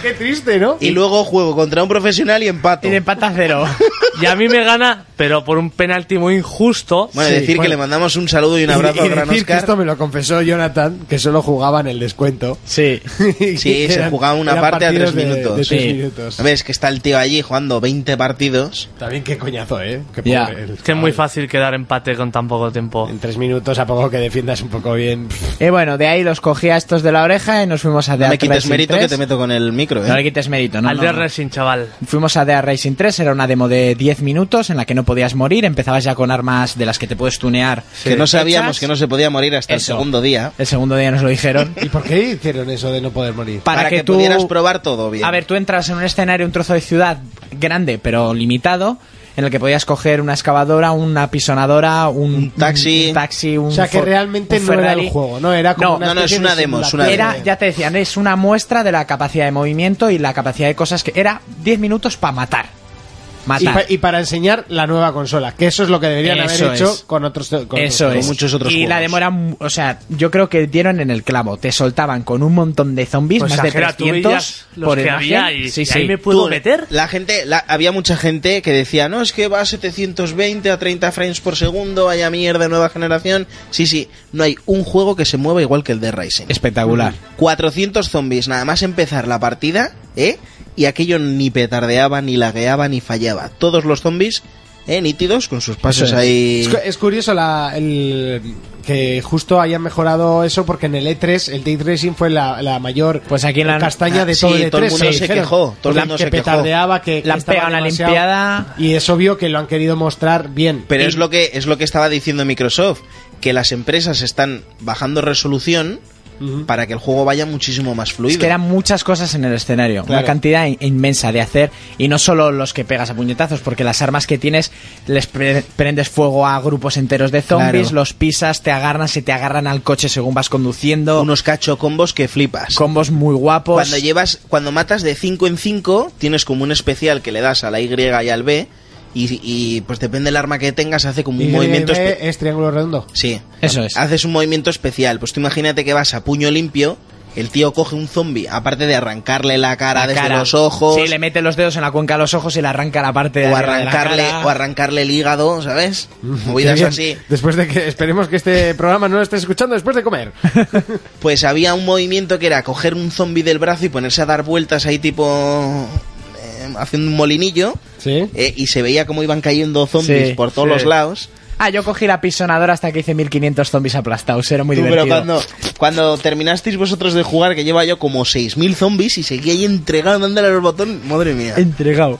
Speaker 2: Qué triste, ¿no?
Speaker 4: y luego juego contra un profesional y empato.
Speaker 3: Y de empata cero.
Speaker 5: Y a mí me gana, pero por un penalti muy injusto.
Speaker 4: Bueno,
Speaker 2: Sí,
Speaker 4: decir que
Speaker 2: bueno.
Speaker 4: le mandamos un saludo y un abrazo
Speaker 2: y,
Speaker 4: a
Speaker 2: y
Speaker 4: Gran
Speaker 2: decir que
Speaker 4: Oscar.
Speaker 2: esto me lo confesó Jonathan, que solo jugaba en el descuento.
Speaker 3: Sí.
Speaker 4: Sí, se
Speaker 2: Eran-
Speaker 4: jugaba una
Speaker 2: eran
Speaker 4: parte a
Speaker 2: partidos
Speaker 4: tres
Speaker 2: de-
Speaker 4: minutos.
Speaker 2: De, tres
Speaker 3: Sí.
Speaker 2: minutos.
Speaker 4: A ver, es que está el tío allí jugando 20 partidos.
Speaker 2: También qué coñazo, ¿eh? Qué pobre
Speaker 3: Ya.
Speaker 2: el
Speaker 5: Es que es muy
Speaker 2: chaval.
Speaker 5: fácil quedar empate con tan poco tiempo.
Speaker 2: En tres minutos, a poco que defiendas un poco bien. pff,
Speaker 3: Y bueno, de ahí los cogí a estos de la oreja y nos fuimos a The
Speaker 4: No me
Speaker 3: Art
Speaker 4: quites
Speaker 3: Racing
Speaker 4: mérito
Speaker 3: 3.
Speaker 4: que te meto con el micro, ¿eh?
Speaker 3: No le quites mérito, no.
Speaker 5: Al
Speaker 3: no,
Speaker 5: de
Speaker 3: no.
Speaker 5: Racing, chaval.
Speaker 3: Fuimos a The Racing 3, era una demo de 10 minutos en la que no podías morir, empezabas ya con armas de las que te puedes tunear.
Speaker 4: Que no sabíamos
Speaker 3: Hechas.
Speaker 4: que no se podía morir hasta
Speaker 3: Eso.
Speaker 4: el segundo día.
Speaker 3: El segundo día nos lo dijeron.
Speaker 2: ¿Y por qué hicieron eso de no poder morir?
Speaker 3: Para, que, tú
Speaker 4: pudieras probar todo bien.
Speaker 3: A ver, tú entras en un escenario, un trozo de ciudad grande pero limitado, en el que podías coger una excavadora, una pisonadora, un,
Speaker 4: Un taxi.
Speaker 3: un taxi, un
Speaker 2: O sea, que
Speaker 3: Ford-
Speaker 2: realmente
Speaker 3: un
Speaker 2: no era
Speaker 3: Ferrari.
Speaker 2: el juego, ¿no? Era como
Speaker 3: No,
Speaker 2: una
Speaker 4: no, no, es
Speaker 2: especie
Speaker 4: una
Speaker 2: de
Speaker 4: demo, es
Speaker 2: simulación.
Speaker 4: una
Speaker 3: Era,
Speaker 4: demo.
Speaker 3: ya te decían, es una muestra de la capacidad de movimiento y la capacidad de cosas que era 10 minutos para matar.
Speaker 2: Y,
Speaker 3: matar.
Speaker 2: pa- y para enseñar la nueva consola, que eso es lo que deberían
Speaker 3: Eso
Speaker 2: haber hecho
Speaker 3: es.
Speaker 2: con otros. con
Speaker 3: Eso
Speaker 2: otros
Speaker 3: es.
Speaker 4: muchos otros
Speaker 3: y la
Speaker 4: juegos.
Speaker 3: demora, mu- o sea, yo creo que dieron en el clavo. Te soltaban con un montón de zombies,
Speaker 5: Pues
Speaker 3: más de
Speaker 5: exagera, tú
Speaker 3: 300
Speaker 5: veías los que
Speaker 3: imagen.
Speaker 5: había y-
Speaker 3: sí,
Speaker 5: y
Speaker 3: sí.
Speaker 5: ahí me puedo
Speaker 4: Tú,
Speaker 5: meter.
Speaker 4: La gente, la- había mucha gente que decía, no, es que va a 720 a 30 frames por segundo, vaya mierda, nueva generación. Sí, sí, no hay un juego que se mueva igual que el de Rising.
Speaker 3: Espectacular.
Speaker 4: 400 zombies, nada más empezar la partida, ¿eh? Y aquello ni petardeaba, ni lagueaba, ni fallaba. Todos los zombies, ¿eh? Nítidos, con sus pasos
Speaker 3: Eso es.
Speaker 4: ahí.
Speaker 2: Es, cu- es curioso la, el, que justo hayan mejorado eso porque en el E3 el day tracing fue la, la mayor
Speaker 3: Pues aquí en la-
Speaker 2: castaña de
Speaker 4: Ah,
Speaker 2: todo
Speaker 4: sí,
Speaker 2: el
Speaker 4: Pues
Speaker 2: E E3.
Speaker 4: todo el mundo
Speaker 2: sí,
Speaker 4: se
Speaker 2: dijeron.
Speaker 4: quejó, todo el
Speaker 2: La-
Speaker 4: mundo
Speaker 2: que
Speaker 4: se quejó.
Speaker 2: petardeaba, que
Speaker 3: La han
Speaker 2: que estaba
Speaker 3: pegado en la
Speaker 2: demasiado-
Speaker 3: Olimpiada.
Speaker 2: Y es obvio que lo han querido mostrar bien.
Speaker 4: Pero
Speaker 2: Y-
Speaker 4: es lo que es lo que estaba diciendo Microsoft, que las empresas están bajando resolución para que el juego vaya muchísimo más fluido.
Speaker 3: Es que eran muchas cosas en el escenario, una
Speaker 4: Claro.
Speaker 3: cantidad in- inmensa de hacer y no solo los que pegas a puñetazos, porque las armas que tienes les pre- prendes fuego a grupos enteros de zombies,
Speaker 4: Claro.
Speaker 3: los pisas, te agarran, se te agarran al coche según vas conduciendo,
Speaker 4: unos cacho combos que flipas.
Speaker 3: combos muy guapos.
Speaker 4: Cuando llevas, cuando matas de 5 en 5, tienes como un especial que le das a la Y y al B, y, y, pues depende del arma que tengas, hace como
Speaker 2: y
Speaker 4: un movimiento
Speaker 2: B
Speaker 4: espe-
Speaker 2: es triángulo redondo.
Speaker 4: Sí.
Speaker 3: Eso es.
Speaker 4: Haces un movimiento especial. Pues tú imagínate que vas a puño limpio, el tío coge un zombie, aparte de arrancarle la cara
Speaker 3: La
Speaker 4: desde
Speaker 3: cara.
Speaker 4: los ojos,
Speaker 3: Sí, le mete los dedos en la cuenca a los ojos y le arranca la parte de
Speaker 4: o
Speaker 3: arriba de la
Speaker 4: arrancarle,
Speaker 3: cara.
Speaker 4: o arrancarle el hígado, ¿sabes? Movidas
Speaker 2: Bien,
Speaker 4: así.
Speaker 2: Después de que esperemos que este programa no lo estés escuchando después de comer.
Speaker 4: Pues había un movimiento que era coger un zombie del brazo y ponerse a dar vueltas ahí tipo eh, haciendo un molinillo
Speaker 2: Sí.
Speaker 4: eh, y se veía cómo iban cayendo zombies
Speaker 3: Sí,
Speaker 4: por todos
Speaker 5: sí.
Speaker 4: los lados.
Speaker 3: Ah, yo cogí la pisonadora hasta que hice 1500 zombies aplastados, era muy
Speaker 4: Tú,
Speaker 3: divertido.
Speaker 4: pero cuando, cuando terminasteis vosotros de jugar, que lleva yo como 6.000 zombies y seguía ahí entregado dándole al botón, madre mía.
Speaker 3: Eh, Entregado.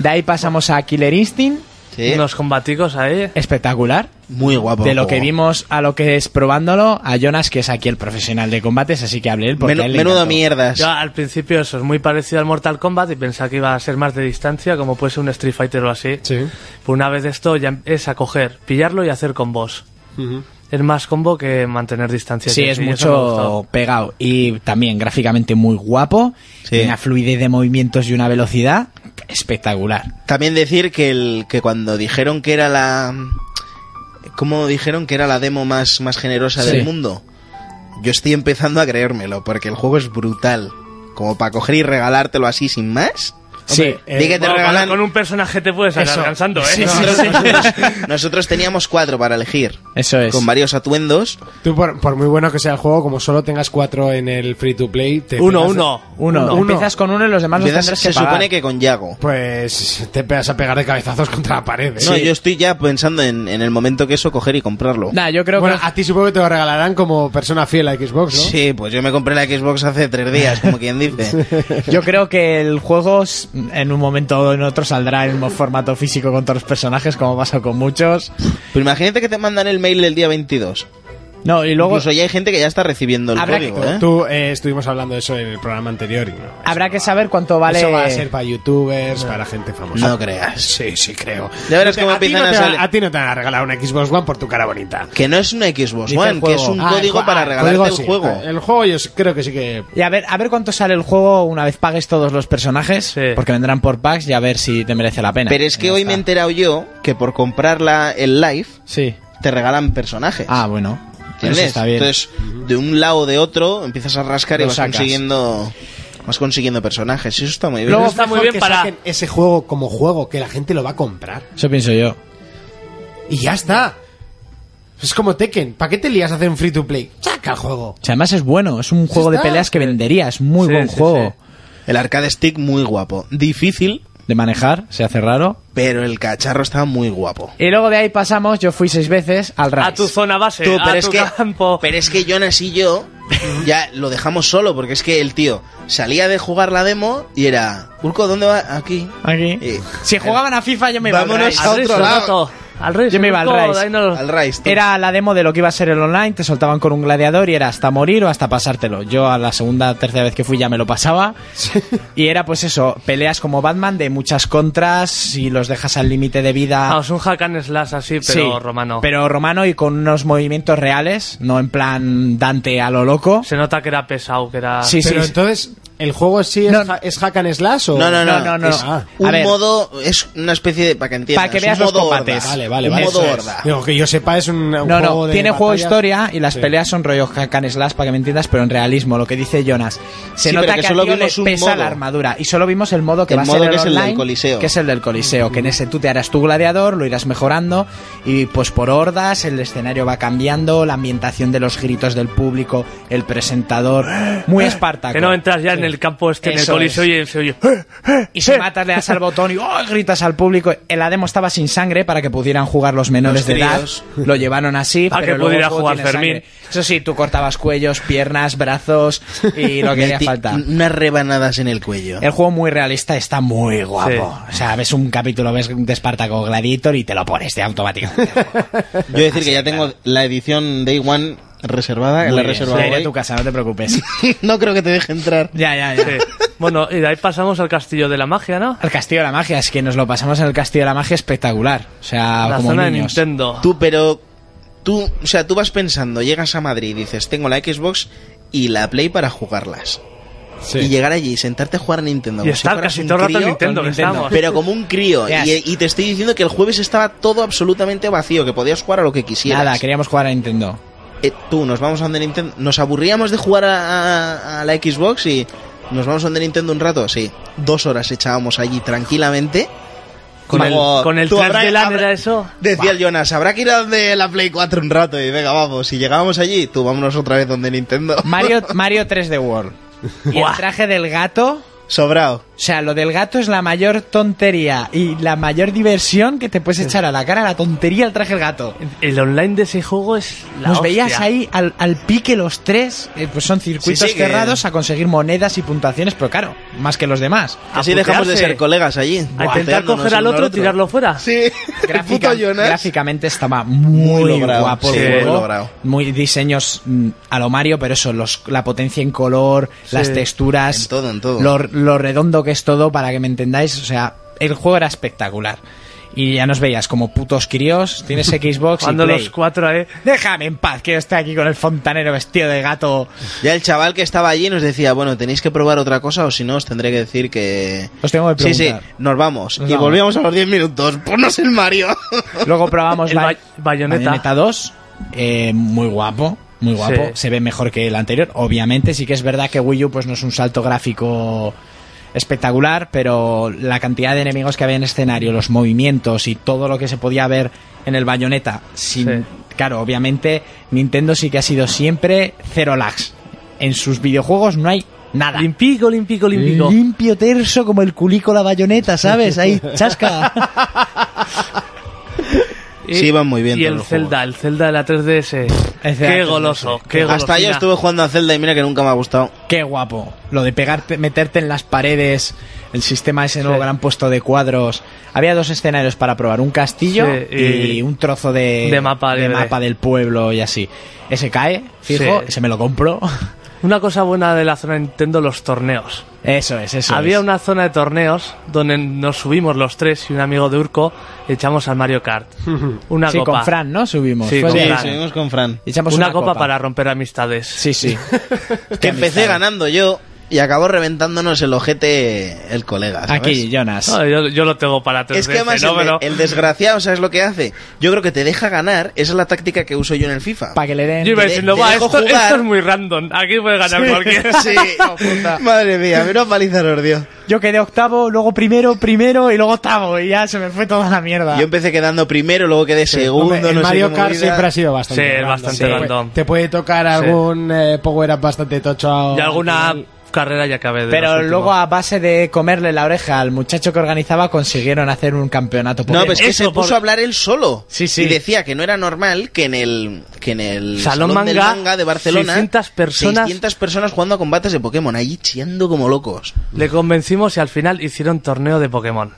Speaker 3: De ahí pasamos a Killer Instinct,
Speaker 4: Sí,
Speaker 5: Unos combaticos ahí.
Speaker 3: espectacular.
Speaker 4: Muy guapo.
Speaker 3: de
Speaker 4: el
Speaker 3: lo
Speaker 4: juego.
Speaker 3: que vimos a lo que es probándolo, a Jonas, que es aquí el profesional de combates, así que hable él porque
Speaker 4: Menu-
Speaker 3: a él le
Speaker 4: menudo
Speaker 3: encantó.
Speaker 4: mierdas.
Speaker 5: Yo al principio eso es muy parecido al Mortal Kombat y pensaba que iba a ser más de distancia, como puede ser un Street Fighter o así.
Speaker 2: Sí.
Speaker 5: Pues una vez esto ya es a coger, pillarlo y hacer combos. Es más combo que mantener distancia.
Speaker 3: Sí,
Speaker 5: Y
Speaker 3: es
Speaker 5: eso me ha gustado.
Speaker 3: mucho pegado y también gráficamente muy guapo,
Speaker 4: Sí.
Speaker 3: y una fluidez de movimientos y una velocidad espectacular.
Speaker 4: También decir que el que cuando dijeron que era la cómo dijeron que era la demo más más generosa
Speaker 3: Sí.
Speaker 4: del mundo. Yo estoy empezando a creérmelo porque el juego es brutal, como para coger y regalártelo así sin más.
Speaker 3: Sí,
Speaker 2: Eh,
Speaker 4: Di que te
Speaker 5: Bueno, con-
Speaker 4: regalan-
Speaker 5: Con un personaje te puedes sacar
Speaker 2: Eso.
Speaker 5: cansando, ¿eh?
Speaker 3: Sí, sí,
Speaker 4: Nosotros, nosotros teníamos cuatro para elegir,
Speaker 3: eso es.
Speaker 4: con varios atuendos.
Speaker 2: Tú, por, por muy bueno que sea el juego, como solo tengas cuatro en el free to play, te
Speaker 5: Uno,
Speaker 2: pegas-
Speaker 5: uno.
Speaker 3: Uno.
Speaker 2: Uno.
Speaker 3: Empiezas con uno y los demás los
Speaker 4: Empiezas-
Speaker 3: tendrás que
Speaker 4: se
Speaker 3: pagar.
Speaker 4: supone que con Yago.
Speaker 2: Pues te pegas a pegar de cabezazos contra la pared. ¿eh?
Speaker 4: No, yo estoy ya pensando en, en el momento que eso coger y comprarlo.
Speaker 3: Nah, yo creo
Speaker 2: bueno,
Speaker 3: que...
Speaker 2: a ti supongo que te lo regalarán como persona fiel a Xbox, ¿no?
Speaker 4: Sí, pues yo me compré la Xbox hace tres días, como quien dice.
Speaker 3: Yo creo que el juego s- en un momento o en otro saldrá en un formato físico con todos los personajes, como pasa con muchos.
Speaker 4: Pero imagínate que te mandan el mail el día 22.
Speaker 3: No, y luego
Speaker 4: Incluso ya hay gente que ya está recibiendo el
Speaker 3: Habrá
Speaker 4: código,
Speaker 3: que-
Speaker 4: ¿eh?
Speaker 2: Tú eh, estuvimos hablando de eso en el programa anterior. y no, eso
Speaker 3: habrá
Speaker 2: no
Speaker 3: que
Speaker 2: va-
Speaker 3: saber cuánto vale
Speaker 2: Eso va a ser para youtubers, para gente famosa.
Speaker 4: No creas.
Speaker 2: Sí, sí, creo.
Speaker 4: Ya verás
Speaker 2: No te-
Speaker 4: cómo
Speaker 2: a ti
Speaker 4: empiezan
Speaker 2: no
Speaker 4: a
Speaker 2: te va-
Speaker 4: salir.
Speaker 2: A ti no te van a regalar una Xbox One por tu cara bonita.
Speaker 4: Que no es una Xbox
Speaker 3: Dice el
Speaker 4: One, que es
Speaker 3: juego. Eh,
Speaker 4: un
Speaker 2: Ah, el
Speaker 4: código
Speaker 2: ju-
Speaker 4: para
Speaker 2: ah,
Speaker 4: regalarte el
Speaker 2: sí.
Speaker 4: juego.
Speaker 6: Eh,
Speaker 2: El juego yo s- creo que sí que...
Speaker 3: Y a ver, a ver cuánto sale el juego una vez pagues todos los personajes,
Speaker 5: Sí.
Speaker 3: porque vendrán por packs y a ver si te merece la pena.
Speaker 4: Pero es que
Speaker 3: Ya
Speaker 4: hoy
Speaker 3: está.
Speaker 4: me he enterado yo que por comprar la- el live
Speaker 3: Sí.
Speaker 4: te regalan personajes.
Speaker 3: Ah, bueno.
Speaker 4: ¿Entiendes?
Speaker 3: Eso está bien.
Speaker 4: Entonces, de un lado o de otro, empiezas a rascar y
Speaker 3: Lo
Speaker 4: vas
Speaker 3: sacas.
Speaker 4: consiguiendo, vas consiguiendo personajes. Eso está muy bien.
Speaker 5: Luego
Speaker 2: Pero es
Speaker 5: está muy
Speaker 2: mejor
Speaker 5: bien
Speaker 2: que
Speaker 5: para-
Speaker 2: saquen ese juego como juego, que la gente lo va a comprar.
Speaker 3: Eso pienso yo.
Speaker 2: Y ya está. Es como Tekken. ¿Para qué te lías a hacer un free to play? Saca el juego.
Speaker 3: O sea, además es bueno, es un juego de
Speaker 2: está.
Speaker 3: peleas que vendería, es muy
Speaker 5: Sí,
Speaker 3: buen
Speaker 5: sí,
Speaker 3: juego
Speaker 4: El arcade stick muy guapo. Difícil,
Speaker 3: de manejar, se hace raro.
Speaker 4: pero el cacharro estaba muy guapo.
Speaker 3: Y luego de ahí pasamos, yo fui seis veces al Rise.
Speaker 5: A tu zona base,
Speaker 4: Tú,
Speaker 5: a
Speaker 4: pero, es
Speaker 5: tu
Speaker 4: que,
Speaker 5: campo.
Speaker 4: pero es que Jonas y yo ya lo dejamos solo porque es que el tío salía de jugar la demo y era, Urco, ¿dónde va? Aquí.
Speaker 3: Aquí.
Speaker 4: Eh,
Speaker 3: Si jugaban a FIFA yo me iba al
Speaker 4: Vámonos
Speaker 3: Rise.
Speaker 4: a
Speaker 5: Al Rice,
Speaker 4: otro lado.
Speaker 5: Roberto, Al Rice,
Speaker 3: Yo me iba al
Speaker 5: Roberto,
Speaker 3: Rice.
Speaker 5: ahí no lo-
Speaker 4: Al Rise. tú.
Speaker 3: Era la demo de lo que iba a ser el online, te soltaban con un gladiador y era hasta morir o hasta pasártelo. Yo a la segunda, tercera vez que fui ya me lo pasaba. Y era pues eso, peleas como Batman de muchas contras y los dejas al límite de vida.
Speaker 5: Ah, es un hack and slash así, pero
Speaker 3: Sí,
Speaker 5: romano.
Speaker 3: Pero romano y con unos movimientos reales, no en plan Dante a lo loco.
Speaker 5: Se nota que era pesado, que era...
Speaker 3: Sí, sí.
Speaker 2: Pero entonces,
Speaker 6: ¿El juego en sí es,
Speaker 3: No.
Speaker 6: ja- es hack and slash o...? Ah,
Speaker 4: No, no, no.
Speaker 3: no, no,
Speaker 4: es
Speaker 3: no.
Speaker 4: un
Speaker 3: A ver.
Speaker 4: modo. Es una especie de. Para que entiendas.
Speaker 3: Para que
Speaker 4: es
Speaker 3: veas
Speaker 4: un
Speaker 3: los
Speaker 4: modo
Speaker 3: combates.
Speaker 4: horda.
Speaker 6: Vale, vale,
Speaker 4: un
Speaker 6: vale.
Speaker 4: modo
Speaker 6: Eso es.
Speaker 4: horda.
Speaker 6: Digo, que yo sepa, es un, un
Speaker 3: No,
Speaker 6: juego
Speaker 3: no,
Speaker 6: de
Speaker 3: tiene juego
Speaker 6: batallas.
Speaker 3: historia y las
Speaker 6: Sí.
Speaker 3: peleas son rollo hack and slash para que me entiendas, pero en realismo, lo que dice Jonas. Se
Speaker 4: Sí, pero
Speaker 3: nota
Speaker 4: que
Speaker 3: que,
Speaker 4: solo
Speaker 3: al tío le
Speaker 4: vimos un
Speaker 3: pesa
Speaker 4: modo.
Speaker 3: la armadura y solo vimos el modo que
Speaker 4: El
Speaker 3: va a
Speaker 4: modo
Speaker 3: ser
Speaker 4: que es el del
Speaker 3: online,
Speaker 4: coliseo.
Speaker 3: que es el del coliseo, que en ese tú te harás tu gladiador, lo irás mejorando y pues por hordas el escenario va cambiando, la ambientación de los gritos del público, el presentador, muy espartaco.
Speaker 5: Ah, Que no entras ya en el campo este, en el
Speaker 3: Eso
Speaker 5: coliseo
Speaker 3: es.
Speaker 5: y se oye... "Eh".
Speaker 3: Y si matas, le das al botón y ¡oh! gritas al público. En la demo estaba sin sangre para que pudieran jugar los menores
Speaker 4: Los
Speaker 3: de edad.
Speaker 4: críos.
Speaker 3: Lo llevaron así.
Speaker 5: Para
Speaker 3: pero
Speaker 5: que
Speaker 3: luego el
Speaker 5: pudiera
Speaker 3: juego
Speaker 5: jugar
Speaker 3: tiene
Speaker 5: Fermín.
Speaker 3: sangre. Eso sí, tú cortabas cuellos, piernas, brazos y lo que haría
Speaker 4: Metí
Speaker 3: falta.
Speaker 4: Unas rebanadas en el cuello.
Speaker 3: El juego muy realista está muy guapo. O sea, ves un capítulo, ves de Spartaco Gladiator y te lo pones de automáticamente.
Speaker 4: Yo decir que ya tengo la edición Day One reservada.
Speaker 3: Muy
Speaker 4: la
Speaker 3: bien,
Speaker 4: reserva
Speaker 3: ya iré a
Speaker 4: hoy.
Speaker 3: tu casa, no te preocupes.
Speaker 4: No creo que te deje entrar.
Speaker 3: ya, ya, ya.
Speaker 5: Sí. eh". Bueno, y de ahí pasamos al castillo de la magia, ¿no?
Speaker 3: El Castillo de la Magia, es que nos lo pasamos en el Castillo de la Magia espectacular. O sea,
Speaker 5: la
Speaker 3: como
Speaker 5: zona de
Speaker 3: niños.
Speaker 5: Nintendo.
Speaker 4: Ah, Tú, pero. Tú, o sea, tú vas pensando, llegas a Madrid y dices, tengo la Xbox y la Play para jugarlas. Y llegar allí y sentarte a jugar a Nintendo.
Speaker 5: Y
Speaker 4: como si
Speaker 5: estar
Speaker 4: fueras
Speaker 5: casi
Speaker 4: un
Speaker 5: todo el rato en
Speaker 4: crío,
Speaker 5: Nintendo, que
Speaker 3: Nintendo.
Speaker 5: estamos.
Speaker 4: Pero como un crío.
Speaker 3: Yes.
Speaker 4: Y, y te estoy diciendo que el jueves estaba todo absolutamente vacío, que podías jugar a lo que quisieras.
Speaker 3: Nada, queríamos jugar a Nintendo.
Speaker 4: Eh, tú, nos vamos a donde Nintendo. Nos aburríamos de jugar a, a- a la Xbox y nos vamos a donde Nintendo un rato. Sí, dos horas echábamos allí tranquilamente.
Speaker 5: Con el,
Speaker 4: Luego,
Speaker 5: con el
Speaker 4: tú
Speaker 5: tras
Speaker 4: habrá-
Speaker 5: de LAN
Speaker 4: habrá-
Speaker 5: era eso.
Speaker 4: Decía el Jonas, habrá que ir a donde la Play 4 un rato y venga, vamos. Si llegábamos allí, tú vámonos otra vez donde Nintendo.
Speaker 3: Mario, Mario 3D World. Y el
Speaker 5: Buah.
Speaker 3: traje del gato.
Speaker 4: Sobrado.
Speaker 3: O sea, lo del gato es la mayor tontería y la mayor diversión que te puedes echar a la cara, la tontería del traje del gato.
Speaker 5: El online de ese juego es la
Speaker 3: Nos
Speaker 5: hostia.
Speaker 3: veías ahí al, al pique los tres, eh, pues son circuitos
Speaker 4: Sí, sí, que-
Speaker 3: cerrados a conseguir monedas y puntuaciones, pero claro, más que los demás.
Speaker 4: Así dejamos de
Speaker 5: putearse.
Speaker 4: ser colegas allí.
Speaker 5: A intentar
Speaker 4: Buateándonos
Speaker 5: coger al
Speaker 4: uno
Speaker 5: otro y tirarlo fuera.
Speaker 4: Sí, el
Speaker 3: Gráfica-
Speaker 4: puto Jonas.
Speaker 3: gráficamente estaba muy,
Speaker 4: Muy logrado,
Speaker 3: guapo el
Speaker 4: sí,
Speaker 3: juego.
Speaker 4: muy logrado.
Speaker 3: Muy diseños mm, a lo Mario, pero eso, los, la potencia en color, las texturas,
Speaker 4: En todo, en todo.
Speaker 3: Lo, lo redondo que es todo, para que me entendáis. O sea, el juego era espectacular. Y ya nos veías como putos críos, tienes Xbox y
Speaker 5: Cuando
Speaker 3: Play.
Speaker 5: los cuatro, ¿eh?
Speaker 3: Déjame en paz, que yo estoy aquí con el fontanero vestido de gato.
Speaker 4: Ya el chaval que estaba allí nos decía, bueno, tenéis que probar otra cosa o si no os tendré que decir que...
Speaker 3: Os tengo que
Speaker 4: Sí, sí,
Speaker 3: preguntar.
Speaker 4: nos vamos.
Speaker 3: Nos
Speaker 4: y
Speaker 3: vamos.
Speaker 4: volvíamos a los 10 minutos. Ponnos el Mario.
Speaker 3: Luego probamos
Speaker 5: El
Speaker 3: la
Speaker 5: Bay- Bayonetta.
Speaker 3: 2, eh, muy guapo, muy guapo,
Speaker 5: Sí.
Speaker 3: se ve mejor que el anterior, obviamente, sí que es verdad que Wii U pues no es un salto gráfico espectacular, pero la cantidad de enemigos que había en escenario, los movimientos y todo lo que se podía ver en el Bayonetta, sin,
Speaker 5: Sí.
Speaker 3: claro, obviamente Nintendo sí que ha sido siempre cero lags. En sus videojuegos no hay nada.
Speaker 5: Limpico, limpico, limpico.
Speaker 3: Limpio terso como el culico la bayoneta, ¿sabes? Ahí, chasca.
Speaker 5: Y-
Speaker 4: Sí, van muy bien
Speaker 5: Y
Speaker 4: todos
Speaker 5: el
Speaker 4: los
Speaker 5: Zelda, el Zelda de la 3DS.
Speaker 3: el Zelda
Speaker 5: qué
Speaker 3: 3DS.
Speaker 5: goloso, qué goloso.
Speaker 4: Hasta yo estuve jugando a Zelda y mira que nunca me ha gustado.
Speaker 3: Qué guapo. Lo de pegarte, meterte en las paredes, el sistema ese nuevo
Speaker 5: Sí.
Speaker 3: gran puesto de cuadros. Había dos escenarios para probar, un castillo
Speaker 5: Sí,
Speaker 3: y,
Speaker 5: y-
Speaker 3: un trozo de,
Speaker 5: de mapa libre.
Speaker 3: mapa del pueblo y así. Ese cae, fijo,
Speaker 5: Sí.
Speaker 3: ese me lo compro.
Speaker 5: Una cosa buena de la zona Nintendo, los torneos.
Speaker 3: Eso es, eso
Speaker 5: Había
Speaker 3: es.
Speaker 5: una zona de torneos donde nos subimos los tres y un amigo de Urco echamos al Mario Kart. Una
Speaker 3: sí,
Speaker 5: copa.
Speaker 3: con Fran, ¿no? Subimos.
Speaker 5: Sí,
Speaker 3: Fue
Speaker 5: con
Speaker 4: Sí,
Speaker 3: bien.
Speaker 5: Fran.
Speaker 4: seguimos con Fran.
Speaker 3: Echamos
Speaker 5: una, copa, para romper amistades.
Speaker 3: Sí, sí.
Speaker 4: Que empecé ganando yo y acabó reventándonos el ojete el colega. ¿sabes?
Speaker 3: Aquí, Jonas.
Speaker 5: No, eh. yo, yo lo tengo para 3DS,
Speaker 4: Es que además
Speaker 5: ¿no?
Speaker 4: el,
Speaker 5: Pero-
Speaker 4: el desgraciado, ¿sabes lo que hace? Yo creo que te deja ganar. Esa es la táctica que uso yo en el FIFA.
Speaker 3: Para que le den...
Speaker 5: Yo iba
Speaker 4: te-
Speaker 5: diciendo,
Speaker 4: te
Speaker 5: "Buah,
Speaker 4: dejo
Speaker 5: esto,
Speaker 4: jugar".
Speaker 5: esto es muy random. Aquí puede ganar cualquiera.
Speaker 4: Sí.
Speaker 3: Oh,
Speaker 4: Madre mía, mira paliza nos dio.
Speaker 3: Yo quedé octavo, luego primero, primero y luego octavo. Y ya se me fue toda la mierda.
Speaker 4: Yo empecé quedando primero, luego quedé segundo.
Speaker 6: Hombre, el
Speaker 4: no sé
Speaker 6: Mario
Speaker 4: qué
Speaker 6: Kart
Speaker 4: movida.
Speaker 6: siempre ha sido bastante
Speaker 5: Sí, es
Speaker 6: random.
Speaker 5: bastante
Speaker 6: Te puede-
Speaker 5: random.
Speaker 6: Te puede tocar algún eh, power-up bastante tocho. a-
Speaker 5: Y alguna
Speaker 6: al final.
Speaker 5: carrera ya acabé de los
Speaker 3: Pero
Speaker 5: últimos.
Speaker 3: luego a base de comerle la oreja al muchacho que organizaba consiguieron hacer un campeonato.
Speaker 4: No,
Speaker 3: Porque-
Speaker 4: pero es que
Speaker 5: Eso,
Speaker 4: se puso
Speaker 5: por-
Speaker 4: a hablar él solo.
Speaker 3: Sí, sí.
Speaker 4: Y decía que no era normal que en el, que en el
Speaker 5: Salón
Speaker 4: del
Speaker 5: manga,
Speaker 4: manga de Barcelona
Speaker 5: 600 personas-
Speaker 4: 600 personas jugando a combates de Pokémon, allí chiando como locos.
Speaker 5: Le convencimos y al final hicieron torneo de Pokémon.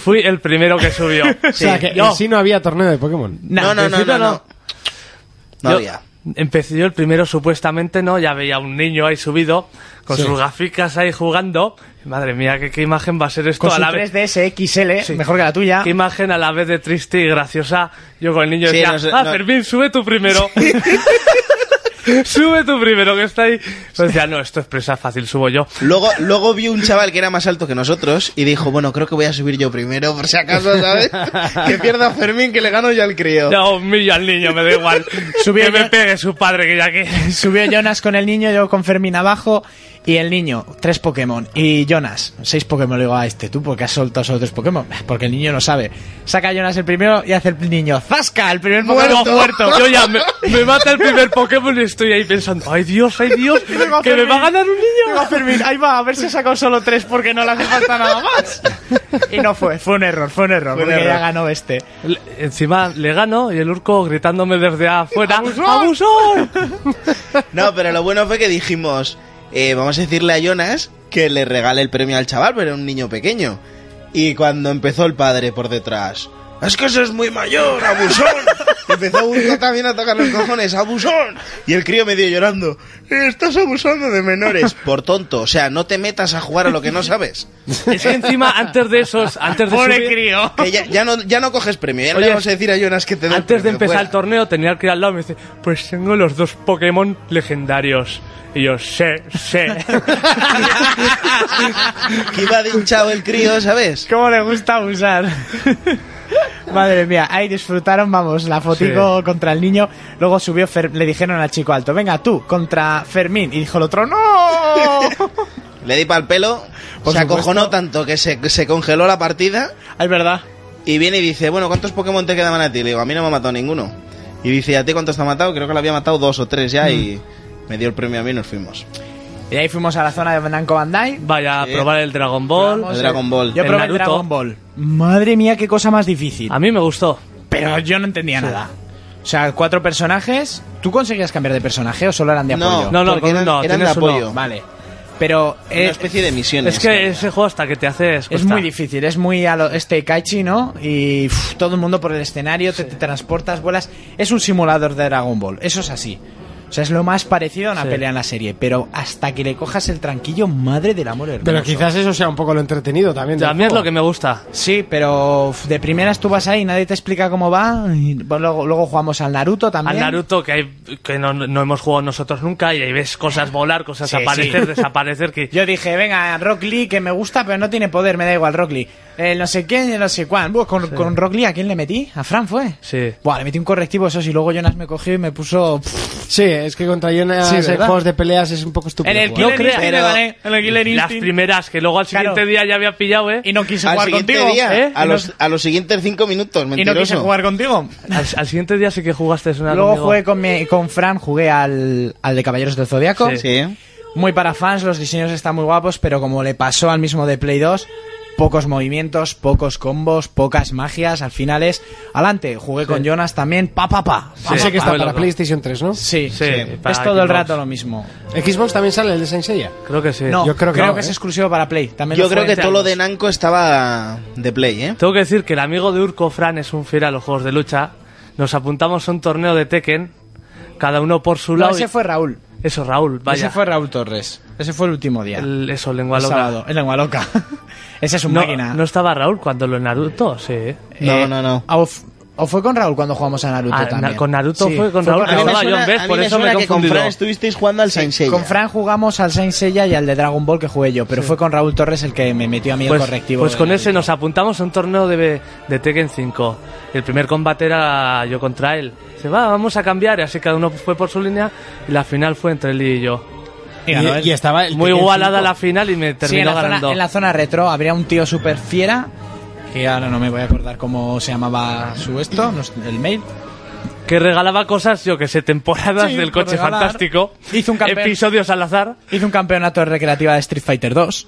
Speaker 5: Fui el primero que subió.
Speaker 6: O sea, que en
Speaker 5: Yo.
Speaker 6: sí no había torneo de Pokémon.
Speaker 3: Nah,
Speaker 4: no, no, no, no,
Speaker 5: decirlo
Speaker 4: no.
Speaker 5: no.
Speaker 4: No
Speaker 5: Yo
Speaker 4: había.
Speaker 5: Empecé yo el primero, supuestamente, ¿no? Ya veía a un niño ahí subido, con sus gráficas ahí jugando. Madre mía, ¿qué, qué imagen va a ser esto
Speaker 3: con
Speaker 5: a
Speaker 3: su
Speaker 5: la vez.
Speaker 3: 3DS XL,
Speaker 5: Sí.
Speaker 3: mejor que la tuya.
Speaker 5: Qué imagen a la vez de triste y graciosa. Yo con el niño
Speaker 4: Sí,
Speaker 5: decía,
Speaker 4: no sé,
Speaker 5: ah,
Speaker 4: no-
Speaker 5: Fermín, sube tú primero. Sube tú primero que está ahí. Pues decía, no, esto es presa fácil, subo yo.
Speaker 4: Luego, luego vi un chaval que era más alto que nosotros y dijo, bueno, creo que voy a subir yo primero, por si acaso, ¿sabes? que pierda Fermín, que le gano yo al crío.
Speaker 5: Ya humillo al niño, me da igual.
Speaker 3: Subí
Speaker 5: que me
Speaker 3: yo.
Speaker 5: pegue su padre, que ya que.
Speaker 3: Subió Jonas con el niño, yo con Fermín abajo. Y el niño, tres Pokémon. Y Jonas, seis Pokémon. Le digo a este, tú, porque has soltado solo tres Pokémon? Porque el niño no sabe. Saca a Jonas el primero y hace el niño, ¡zasca! El primer Pokémon
Speaker 4: Muerto.
Speaker 5: Yo ya me, me mata el primer Pokémon y estoy ahí pensando, ay Dios, ay Dios,
Speaker 3: Venga,
Speaker 5: que me
Speaker 3: Fermín.
Speaker 5: va a ganar un
Speaker 3: Digo,
Speaker 5: niño.
Speaker 3: Fermín, ahí va, a ver si ha sacado solo tres porque no le hace falta nada más. Y no fue, fue un error, fue un error,
Speaker 4: Fue un
Speaker 3: porque
Speaker 4: error.
Speaker 3: ya ganó este.
Speaker 5: Le- encima le gano y el urco gritándome desde afuera, ¡Abusor!
Speaker 4: No, pero lo bueno fue que dijimos, eh, vamos a decirle a Jonas que le regale el premio al chaval, pero era un niño pequeño. Y cuando empezó el padre por detrás, es que eso es muy mayor, abusón. empezó Urco también a tocar los cojones, abusón. Y el crío medio llorando, estás abusando de menores. Por tonto, o sea, no te metas a jugar a lo que no sabes.
Speaker 5: Es que encima, antes de esos, antes de subir-
Speaker 3: crío!
Speaker 4: Que ya, ya no, ya no coges premio, ya
Speaker 5: Oye,
Speaker 4: le vamos a decir a Jonas que te dé el
Speaker 5: Antes de
Speaker 4: premio,
Speaker 5: empezar el
Speaker 4: fuera.
Speaker 5: torneo tenía que ir al lado y me dice, pues tengo los dos Pokémon legendarios. Y yo, sé, sé.
Speaker 4: Que iba de hinchado el crío, ¿sabes?
Speaker 3: ¿Cómo le gusta abusar? Madre mía, ahí disfrutaron, vamos, la fotico contra el niño. Luego subió, Fer- le dijeron al chico alto, venga tú, contra Fermín. Y dijo el otro, ¡no!
Speaker 4: Le di pa'l pelo,
Speaker 3: Por
Speaker 4: se acojonó
Speaker 3: supuesto.
Speaker 4: tanto que se, se congeló la partida.
Speaker 3: Ah, es verdad.
Speaker 4: Y viene y dice, bueno, ¿cuántos Pokémon te quedaban a ti? Le digo, a mí no me ha matado ninguno. Y dice, ¿a ti cuántos te ha matado? Creo que lo había matado dos o tres ya y
Speaker 3: Mm.
Speaker 4: me dio el premio a mí y nos fuimos.
Speaker 3: Y ahí fuimos a la zona de Bandanco Bandai. eh,
Speaker 5: Vaya a
Speaker 4: Sí.
Speaker 5: probar el Dragon Ball.
Speaker 4: El Dragon Ball.
Speaker 3: Yo
Speaker 5: El
Speaker 3: probé el
Speaker 5: Naruto.
Speaker 3: Dragon Ball. Madre mía, qué cosa más difícil.
Speaker 5: A mí me gustó.
Speaker 3: Pero yo no entendía nada. O sea, cuatro personajes. ¿Tú conseguías cambiar de personaje o solo eran de
Speaker 4: No,
Speaker 3: apoyo?
Speaker 5: No, no,
Speaker 4: Porque
Speaker 5: con
Speaker 4: eran-
Speaker 5: uno,
Speaker 4: eran de
Speaker 5: tienes uno.
Speaker 4: apoyo.
Speaker 3: Vale. Pero
Speaker 4: Una
Speaker 3: eh,
Speaker 4: especie de misiones.
Speaker 5: Es que ese juego hasta que te haces.
Speaker 3: es
Speaker 5: cuesta.
Speaker 3: muy difícil, es muy a lo, este Kaichi, ¿no? Y uf, todo el mundo por el escenario, te, te transportas, vuelas. Es un simulador de Dragon Ball, eso es así. O sea, es lo más parecido a una
Speaker 5: Sí.
Speaker 3: pelea en la serie, pero hasta que le cojas el tranquillo, madre del amor hermoso.
Speaker 6: Pero quizás eso sea un poco lo entretenido también. del
Speaker 5: A mí es
Speaker 6: juego.
Speaker 5: lo que me gusta.
Speaker 3: Sí, pero uf, de primeras tú vas ahí, nadie te explica cómo va. y luego, luego jugamos al Naruto también.
Speaker 5: Al Naruto, que, hay, que no, no hemos jugado nosotros nunca, y ahí ves cosas volar, cosas
Speaker 3: Sí,
Speaker 5: aparecer,
Speaker 3: sí.
Speaker 5: desaparecer. Que...
Speaker 3: Yo dije, venga, Rock Lee, que me gusta, pero no tiene poder, me da igual Rock Lee. Eh, no sé quién, no sé cuán. Buah, con, con Rock Lee, ¿a quién le metí? ¿A Fran fue?
Speaker 5: Sí.
Speaker 3: Buah, le metí un correctivo, eso sí, luego Jonas me cogió y me puso... pff,
Speaker 6: Sí, es que contra Jonas
Speaker 3: Sí,
Speaker 6: en
Speaker 3: ¿verdad?
Speaker 6: juegos de peleas es un poco estúpido.
Speaker 3: en el
Speaker 6: jugar.
Speaker 3: Killer
Speaker 5: creo,
Speaker 3: Instinct le
Speaker 4: pero-
Speaker 3: gané, en el Killer
Speaker 5: Las
Speaker 3: Instinct.
Speaker 5: primeras, que luego al siguiente
Speaker 3: Claro.
Speaker 5: día ya había pillado, ¿eh?
Speaker 3: Y no quise
Speaker 4: Al
Speaker 3: jugar
Speaker 4: siguiente
Speaker 3: contigo.
Speaker 4: día,
Speaker 3: ¿eh?
Speaker 4: a,
Speaker 3: Y no-
Speaker 4: los, a los siguientes cinco minutos,
Speaker 3: y no quise
Speaker 4: mentiroso.
Speaker 3: jugar contigo.
Speaker 5: Al, al siguiente día sí que jugaste una
Speaker 3: Luego
Speaker 5: conmigo.
Speaker 3: jugué con, mi- con Fran, jugué al, al de Caballeros del Zodiaco.
Speaker 5: Sí.
Speaker 4: Sí.
Speaker 3: Muy para fans, los diseños están muy guapos, pero como le pasó al mismo de Play 2, pocos movimientos, pocos combos, pocas magias, al final es... Adelante, jugué con Jonas también, pa pa pa. pa,
Speaker 6: Ese
Speaker 5: Sí,
Speaker 3: pa,
Speaker 6: que
Speaker 3: pa.
Speaker 6: está
Speaker 5: muy
Speaker 6: para
Speaker 5: loco.
Speaker 6: PlayStation 3, ¿no?
Speaker 3: Sí,
Speaker 5: Sí, para
Speaker 3: es todo el
Speaker 5: Xbox.
Speaker 3: rato lo mismo.
Speaker 6: Xbox también sale el de Saint Seiya.
Speaker 5: Creo que sí.
Speaker 3: No,
Speaker 6: Yo creo que no,
Speaker 3: es
Speaker 6: ¿eh?
Speaker 3: exclusivo para Play. También
Speaker 4: Yo
Speaker 3: lo
Speaker 4: creo
Speaker 3: fue
Speaker 4: que
Speaker 3: en-
Speaker 4: todo lo de Nanco estaba de play, ¿eh?
Speaker 5: Tengo que decir que el amigo de Urco, Fran, es un fiel a los juegos de lucha. Nos apuntamos a un torneo de Tekken, cada uno por su
Speaker 3: No,
Speaker 5: lado. y-
Speaker 3: ese fue Raúl.
Speaker 5: Eso, Raúl, vaya.
Speaker 3: Ese fue Raúl Torres. Ese fue el último día. El,
Speaker 5: El- eso, lengua loca.
Speaker 3: sábado. El lengua loca. ese es un
Speaker 5: No,
Speaker 3: máquina.
Speaker 5: no estaba Raúl cuando lo Naruto, sí.
Speaker 4: No, no, no.
Speaker 3: ah, O, f- o fue con Raúl cuando jugamos a Naruto
Speaker 5: Ah, na-
Speaker 3: también.
Speaker 5: con Naruto fue con Raúl,
Speaker 4: A mí me
Speaker 5: Estaba
Speaker 4: suena,
Speaker 5: John Best,
Speaker 4: a mí
Speaker 5: por
Speaker 4: me
Speaker 5: eso me
Speaker 4: suena
Speaker 5: he
Speaker 4: que con
Speaker 5: confundido.
Speaker 4: Fran estuvisteis jugando al Saint Seiya.
Speaker 3: Con Fran jugamos al Saint Seiya y al de Dragon Ball que jugué yo, pero fue con Raúl Torres el que me metió a mí el correctivo.
Speaker 5: pues
Speaker 3: de
Speaker 5: con
Speaker 3: Naruto.
Speaker 5: ese nos apuntamos a un torneo de, de Tekken 5. El primer combate era yo contra él. Se va, vamos a cambiar. y Así cada uno fue por su línea y la final fue entre él y yo.
Speaker 6: Y, e-
Speaker 3: Mira, ¿no?
Speaker 6: y estaba el
Speaker 5: Muy
Speaker 6: Tekken
Speaker 5: igualada
Speaker 6: 5.
Speaker 5: la final y me
Speaker 3: Sí, en
Speaker 5: terminó
Speaker 3: la,
Speaker 5: ganando.
Speaker 3: zona, en la zona retro habría un tío super fiera, que ahora no me voy a acordar cómo se llamaba su esto, no sé, el mail.
Speaker 5: Que regalaba cosas, yo que sé, temporadas
Speaker 3: Sí,
Speaker 5: del
Speaker 3: por
Speaker 5: coche
Speaker 3: regalar.
Speaker 5: fantástico.
Speaker 3: Hizo un campeón.
Speaker 5: Episodios al azar.
Speaker 3: Hizo un campeonato de recreativa de Street Fighter 2,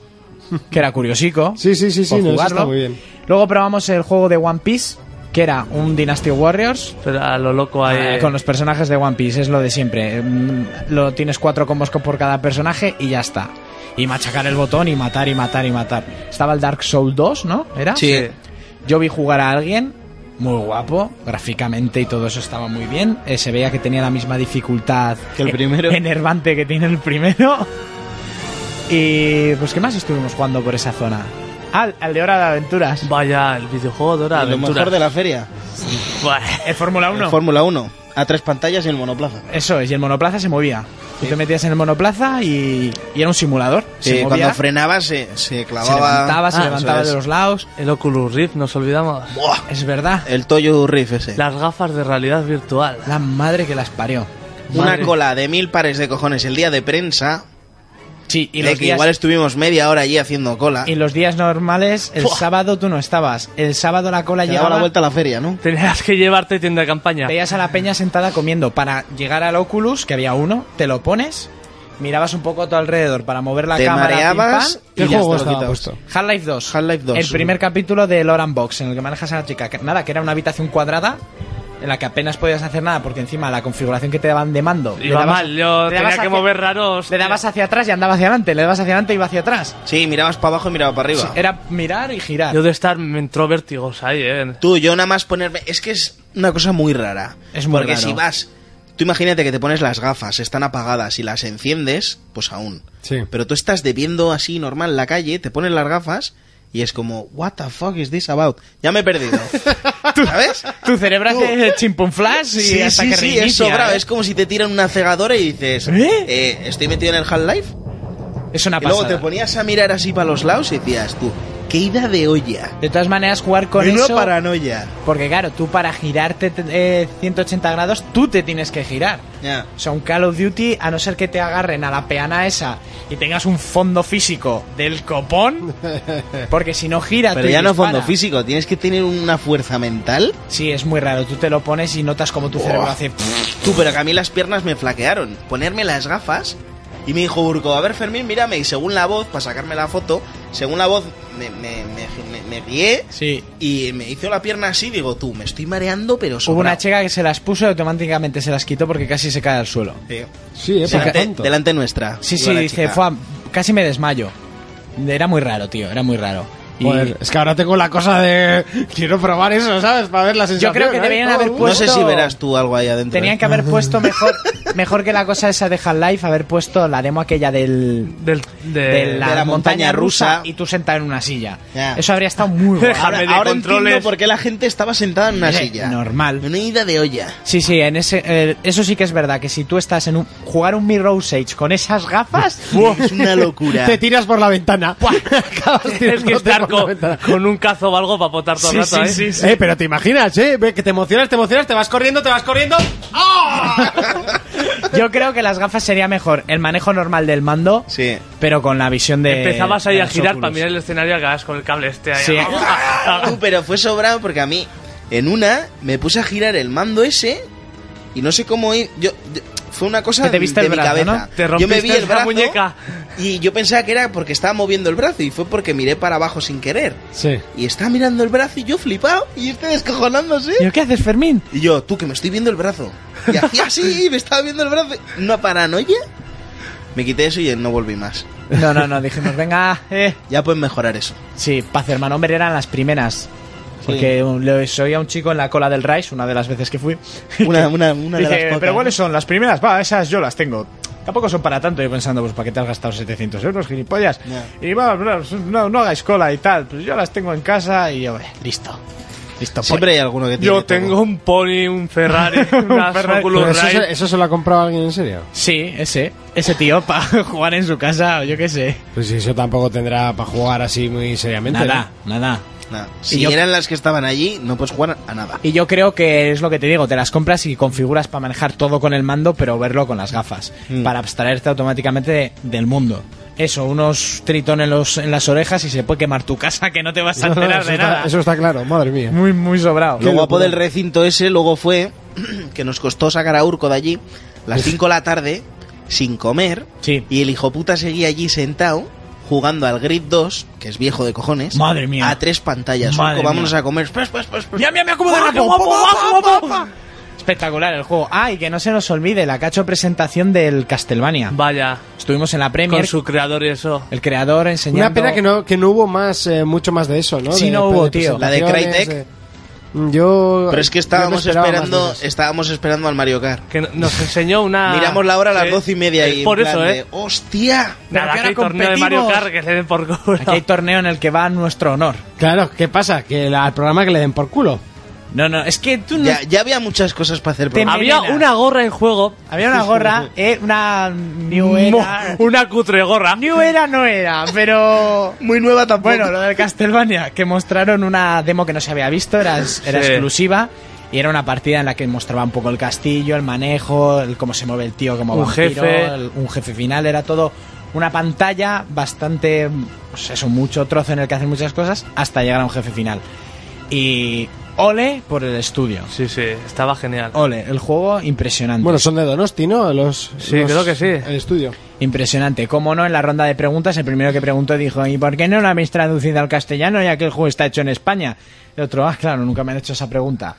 Speaker 3: que era curiosico.
Speaker 6: Sí, sí, sí, sí,
Speaker 3: por
Speaker 6: no, eso
Speaker 3: jugarlo.
Speaker 6: está muy bien.
Speaker 3: Luego probamos el juego de One Piece, que era un Dynasty Warriors.
Speaker 5: Pero a lo loco
Speaker 4: Ah,
Speaker 5: ahí.
Speaker 3: eh, con los personajes de One Piece, es lo de siempre. Mm, Lo tienes cuatro combos co- por cada personaje y ya está. Y machacar el botón y matar y matar y matar. Estaba el Dark Soul 2, ¿no? ¿Era?
Speaker 4: Sí.
Speaker 3: Yo vi jugar a alguien muy guapo, gráficamente y todo eso estaba muy bien. Eh, se veía que tenía la misma dificultad
Speaker 4: Que el primero.
Speaker 3: e- enervante que tiene el primero. Y pues qué más estuvimos jugando por esa zona. Al, al de Hora de Aventuras.
Speaker 5: Vaya, el videojuego de hora de
Speaker 4: Lo
Speaker 5: aventura.
Speaker 4: mejor de la feria.
Speaker 5: Buah.
Speaker 3: El Fórmula 1.
Speaker 4: Fórmula 1. a tres pantallas y el monoplaza.
Speaker 3: Eso es, y el monoplaza se movía. Tú te metías en el monoplaza y, y era un simulador.
Speaker 4: Sí,
Speaker 3: se
Speaker 4: cuando
Speaker 3: movía,
Speaker 4: frenaba se, se
Speaker 3: se
Speaker 4: clavaba.
Speaker 3: levantaba, se
Speaker 4: Ah,
Speaker 3: levantaba
Speaker 4: eso
Speaker 3: de
Speaker 4: es.
Speaker 3: los lados.
Speaker 5: El Oculus Rift, nos olvidamos.
Speaker 4: Buah,
Speaker 3: Es verdad,
Speaker 4: el Toyo Riff ese.
Speaker 5: Las gafas de realidad virtual.
Speaker 3: la madre que las parió.
Speaker 4: Una
Speaker 5: madre.
Speaker 4: cola de mil pares de cojones el día de prensa.
Speaker 3: Sí, y
Speaker 4: de
Speaker 3: los
Speaker 4: que
Speaker 3: días-
Speaker 4: igual estuvimos media hora allí haciendo cola.
Speaker 3: Y los días normales, el
Speaker 4: Fua.
Speaker 3: sábado tú no estabas. El sábado la cola
Speaker 4: Te
Speaker 3: llegaba
Speaker 4: daba la vuelta a la feria, ¿no?
Speaker 5: Tenías que llevarte tienda de campaña.
Speaker 3: Veías a la peña sentada comiendo para llegar al Oculus, que había uno, te lo pones, mirabas un poco a tu alrededor para mover la
Speaker 4: Te
Speaker 3: cámara. pim,
Speaker 4: mareabas
Speaker 3: pam,
Speaker 6: ¿Qué
Speaker 4: y ya
Speaker 6: juego
Speaker 4: está, lo
Speaker 6: estaba
Speaker 4: quitabas.
Speaker 6: puesto?
Speaker 3: Half-Life 2.
Speaker 4: Half-Life 2,
Speaker 3: El
Speaker 4: sí.
Speaker 3: primer capítulo de Loran Box, en el que manejas a la chica. que- Nada, que era una habitación cuadrada en la que apenas podías hacer nada, porque encima la configuración que te daban de mando. le
Speaker 5: Iba
Speaker 3: dabas-
Speaker 5: mal, yo
Speaker 3: le
Speaker 5: tenía
Speaker 3: dabas
Speaker 5: que
Speaker 3: hacia-
Speaker 5: mover raros.
Speaker 3: Le dabas hacia atrás y andaba hacia adelante, le dabas hacia adelante y iba hacia atrás.
Speaker 4: Sí, mirabas para abajo y miraba para arriba.
Speaker 3: Era mirar y girar.
Speaker 5: Yo de estar me entró vértigos ahí, eh.
Speaker 4: Tú, yo nada más ponerme. Es que es una cosa muy rara.
Speaker 3: Es muy
Speaker 4: Porque
Speaker 3: raro.
Speaker 4: si vas. Tú imagínate que te pones las gafas, están apagadas y las enciendes, pues aún.
Speaker 6: Sí.
Speaker 4: Pero tú estás debiendo así normal la calle, te pones las gafas y es como, ¿What the fuck is this about? Ya me he perdido. ¿Sabes?
Speaker 3: Tu cerebro
Speaker 4: Tú.
Speaker 5: Uh.
Speaker 3: hace chimpunflash y
Speaker 4: Sí,
Speaker 3: hasta
Speaker 4: sí,
Speaker 3: que
Speaker 4: sí,
Speaker 3: reinicia,
Speaker 4: es sobrado.
Speaker 3: ¿eh?
Speaker 4: Es como si te tiran una cegadora y dices,
Speaker 3: ¿Eh?
Speaker 4: eh, estoy metido en el Half-Life.
Speaker 3: Es una
Speaker 4: Y luego
Speaker 3: pasada.
Speaker 4: te ponías a mirar así para los lados y decías, tú, qué ida de olla.
Speaker 3: De todas maneras, jugar con
Speaker 4: Menuda
Speaker 3: eso...
Speaker 4: paranoia.
Speaker 3: Porque claro, tú para girarte te- eh, 180 grados, tú te tienes que girar.
Speaker 4: Ya.
Speaker 3: O sea, un Call of Duty, a no ser que te agarren a la peana esa y tengas un fondo físico del copón, porque si no gira...
Speaker 4: Pero
Speaker 3: tú y
Speaker 4: ya no
Speaker 3: dispara.
Speaker 4: fondo físico, tienes que tener una fuerza mental.
Speaker 3: Sí, es muy raro. Tú te lo pones y notas como tu cerebro
Speaker 4: Buah.
Speaker 3: hace...
Speaker 4: Tú, pero que a mí las piernas me flaquearon. Ponerme las gafas y me dijo Urco, a ver Fermín, mírame. Y según la voz, para sacarme la foto, según la voz me, me, me, me- me guié
Speaker 3: Sí.
Speaker 4: y me hizo la pierna así. Digo, tú, me estoy mareando, pero
Speaker 3: Hubo
Speaker 4: sobrao".
Speaker 3: una chica que se las puso y automáticamente se las quitó porque casi se cae al suelo.
Speaker 4: Sí.
Speaker 6: Sí, eh, para
Speaker 4: Delante,
Speaker 6: tanto.
Speaker 4: delante nuestra.
Speaker 3: Sí,
Speaker 4: Iba
Speaker 3: sí,
Speaker 4: la
Speaker 3: dice,
Speaker 4: chica.
Speaker 3: "Fua, casi me desmayo. Era muy raro, tío, era muy raro. Y
Speaker 6: Joder, es que ahora tengo la cosa de. Quiero probar eso, ¿sabes? Para ver la sensación.
Speaker 3: creo que
Speaker 6: ¿eh?
Speaker 3: deberían haber
Speaker 6: Uh,
Speaker 4: No sé
Speaker 3: puesto-
Speaker 4: si verás tú algo ahí adentro.
Speaker 3: tenían
Speaker 4: ¿eh?
Speaker 3: que haber puesto mejor, mejor que la cosa esa de Half-Life, haber puesto la demo aquella del...
Speaker 5: Del, Eh, de,
Speaker 3: De la,
Speaker 4: la
Speaker 3: montaña,
Speaker 4: montaña
Speaker 3: rusa,
Speaker 4: rusa.
Speaker 3: y tú sentado en una silla.
Speaker 4: Ya.
Speaker 3: Eso habría estado muy guay.
Speaker 4: Ahora,
Speaker 5: Dejarme de
Speaker 4: ahora
Speaker 5: controles.
Speaker 4: entiendo por qué la gente estaba sentada en una
Speaker 3: Hombre,
Speaker 4: silla.
Speaker 3: normal.
Speaker 4: Una ida de olla.
Speaker 3: Sí, sí, en ese, eh, eso sí que es verdad, que si tú estás en un... Jugar un Mirror's Edge con esas gafas...
Speaker 4: Es una locura.
Speaker 6: Te tiras por la ventana. Acabas
Speaker 5: Tienes
Speaker 6: tirándote
Speaker 5: que
Speaker 6: por
Speaker 5: estar
Speaker 6: la
Speaker 5: con,
Speaker 6: ventana.
Speaker 5: con un cazo o algo para potar todo el rato, ¿eh?
Speaker 6: Eh, pero te imaginas, eh, Ve que te emocionas, te emocionas, te vas corriendo, te vas corriendo.
Speaker 3: Yo creo que las gafas sería mejor el manejo normal del mando,
Speaker 4: Sí.
Speaker 3: pero con la visión de...
Speaker 5: Eh, Empezabas ahí
Speaker 3: de
Speaker 5: a
Speaker 3: los
Speaker 5: girar
Speaker 3: Oculus.
Speaker 5: para mirar el escenario y acabas con el cable este ahí.
Speaker 3: Sí. Ah.
Speaker 4: Tú, pero fue sobrado porque a mí, en una, me puse a girar el mando ese y no sé cómo ir. Yo, yo- fue una cosa
Speaker 3: Que te viste
Speaker 4: de
Speaker 3: el
Speaker 4: mi
Speaker 3: brazo,
Speaker 4: cabeza.
Speaker 3: ¿no?
Speaker 5: Te
Speaker 4: yo me
Speaker 5: rompiste
Speaker 4: vi el
Speaker 5: la
Speaker 4: brazo
Speaker 5: muñeca.
Speaker 4: y yo pensaba que era porque estaba moviendo el brazo y fue porque miré para abajo sin querer.
Speaker 6: Sí.
Speaker 4: Y estaba mirando el brazo y yo flipado y este descojonándose.
Speaker 3: ¿Y yo, qué haces, Fermín?
Speaker 4: Y yo, tú que me estoy viendo el brazo. Y hacía así, y me estaba viendo el brazo. ¿Una paranoia? Me quité eso y no volví más.
Speaker 3: No, no, no, dijimos, venga, eh.
Speaker 4: Ya pueden mejorar eso.
Speaker 3: Sí, Paz Hermano Hombre eran las primeras. Porque un- le soy a un chico en la cola del Rice, una de las veces que fui.
Speaker 4: Una, una, una de
Speaker 3: Dice,
Speaker 4: las pocas.
Speaker 3: pero ¿cuáles son? Las primeras, va, esas yo las tengo. Tampoco son para tanto, yo pensando, pues, ¿para qué te has gastado 700 euros, gilipollas?
Speaker 4: Ya.
Speaker 3: Y va, bla, no, no hagáis cola y tal. Pues yo las tengo en casa y yo, eh, listo. Listo,
Speaker 4: Siempre hay alguno que tiene
Speaker 5: Yo
Speaker 4: todo.
Speaker 5: tengo un Pony, un Ferrari, una
Speaker 3: Ferrari.
Speaker 5: Oculus
Speaker 6: Pero eso,
Speaker 5: Rift.
Speaker 6: se, eso se lo ha comprado alguien en serio.
Speaker 3: Sí, ese. Ese tío para jugar en su casa o yo qué sé.
Speaker 6: Pues sí, eso tampoco tendrá para jugar así muy seriamente.
Speaker 3: Nada, nada.
Speaker 4: Nada. Si
Speaker 3: yo-
Speaker 4: eran las que estaban allí, no puedes jugar a nada.
Speaker 3: Y yo creo que es lo que te digo, te las compras y configuras para manejar todo con el mando, pero verlo con las gafas,
Speaker 4: Mm.
Speaker 3: para abstraerte automáticamente de- del mundo. Eso, unos tritón en, los, en las orejas y se puede quemar tu casa que no te vas a
Speaker 6: No, no,
Speaker 3: enterar
Speaker 6: eso,
Speaker 3: de
Speaker 6: está,
Speaker 3: nada.
Speaker 6: eso está claro, madre mía.
Speaker 3: Muy, muy sobrado.
Speaker 4: Lo guapo del recinto ese luego fue que nos costó sacar a Urco de allí las 5 de la tarde sin comer
Speaker 3: Sí.
Speaker 4: y el hijo puta seguía allí sentado jugando al Grid 2, que es viejo de cojones,
Speaker 3: Madre mía.
Speaker 4: a tres pantallas.
Speaker 3: Madre
Speaker 4: Urco, vámonos
Speaker 3: mía.
Speaker 4: a comer. Pues, pues, pues, pues.
Speaker 3: Mira, mira, mira cómo de rápido, guapo, guapo, guapo. Espectacular el juego. Ah, y que no se nos olvide la cacho presentación del Castlevania.
Speaker 5: Vaya,
Speaker 3: Estuvimos en la Premier,
Speaker 5: con su creador y eso.
Speaker 3: el creador enseñando...
Speaker 6: Una pena que no, que no hubo más, eh, mucho más de eso, ¿no?
Speaker 3: Sí,
Speaker 6: De-
Speaker 3: no
Speaker 6: de
Speaker 3: hubo, tío.
Speaker 4: La de
Speaker 6: presentaciones,
Speaker 4: Crytek.
Speaker 6: de- Yo.
Speaker 4: Pero es
Speaker 6: yo me
Speaker 4: que estábamos
Speaker 6: esperaba más
Speaker 4: esperando,
Speaker 6: de esas.
Speaker 4: estábamos esperando al Mario Kart.
Speaker 5: Que nos enseñó una.
Speaker 4: Miramos la hora a las
Speaker 5: Ah, Sí.
Speaker 4: doce y media
Speaker 5: Es
Speaker 4: y en
Speaker 5: Por
Speaker 4: plan
Speaker 5: eso,
Speaker 4: de,
Speaker 5: ¿eh?
Speaker 4: ¡Hostia!
Speaker 5: Nada,
Speaker 3: Pero que
Speaker 5: aquí hay
Speaker 3: ahora
Speaker 5: torneo de Mario
Speaker 3: competimos.
Speaker 5: Kart que se den por culo.
Speaker 3: Aquí hay torneo en el que va nuestro honor.
Speaker 6: Claro, ¿qué pasa? Que la- al programa que le den por culo.
Speaker 3: No, no, es que tú no.
Speaker 4: Ya, ya había muchas cosas para hacer.
Speaker 3: Te
Speaker 4: pero-
Speaker 5: Había
Speaker 3: Melena.
Speaker 5: una gorra en juego.
Speaker 3: Había una gorra, eh, una New
Speaker 5: Mo-
Speaker 3: Era.
Speaker 5: Una cutre gorra.
Speaker 3: New Era no era, pero.
Speaker 4: Muy nueva tampoco.
Speaker 3: Bueno, lo del Castlevania, que mostraron una demo que no se había visto, era, era exclusiva. Y era una partida en la que mostraba un poco el castillo, el manejo, el cómo se mueve el tío como
Speaker 5: Un
Speaker 3: vampiro,
Speaker 5: jefe.
Speaker 3: el- un jefe final, era todo una pantalla bastante, pues eso, mucho trozo en el que hacer muchas cosas hasta llegar a un jefe final. Y ole por el estudio.
Speaker 5: Sí, sí, estaba genial.
Speaker 3: Ole, el juego
Speaker 6: Mm.
Speaker 3: impresionante.
Speaker 2: Bueno, son de Donosti, ¿no? Los,
Speaker 5: Sí,
Speaker 2: los-
Speaker 5: creo que sí.
Speaker 2: El estudio.
Speaker 3: Impresionante. Cómo no, en la ronda de preguntas, el primero que preguntó dijo, ¿y por qué no lo habéis traducido al castellano ya que el juego está hecho en España? El otro, ah, claro, nunca me han hecho esa pregunta.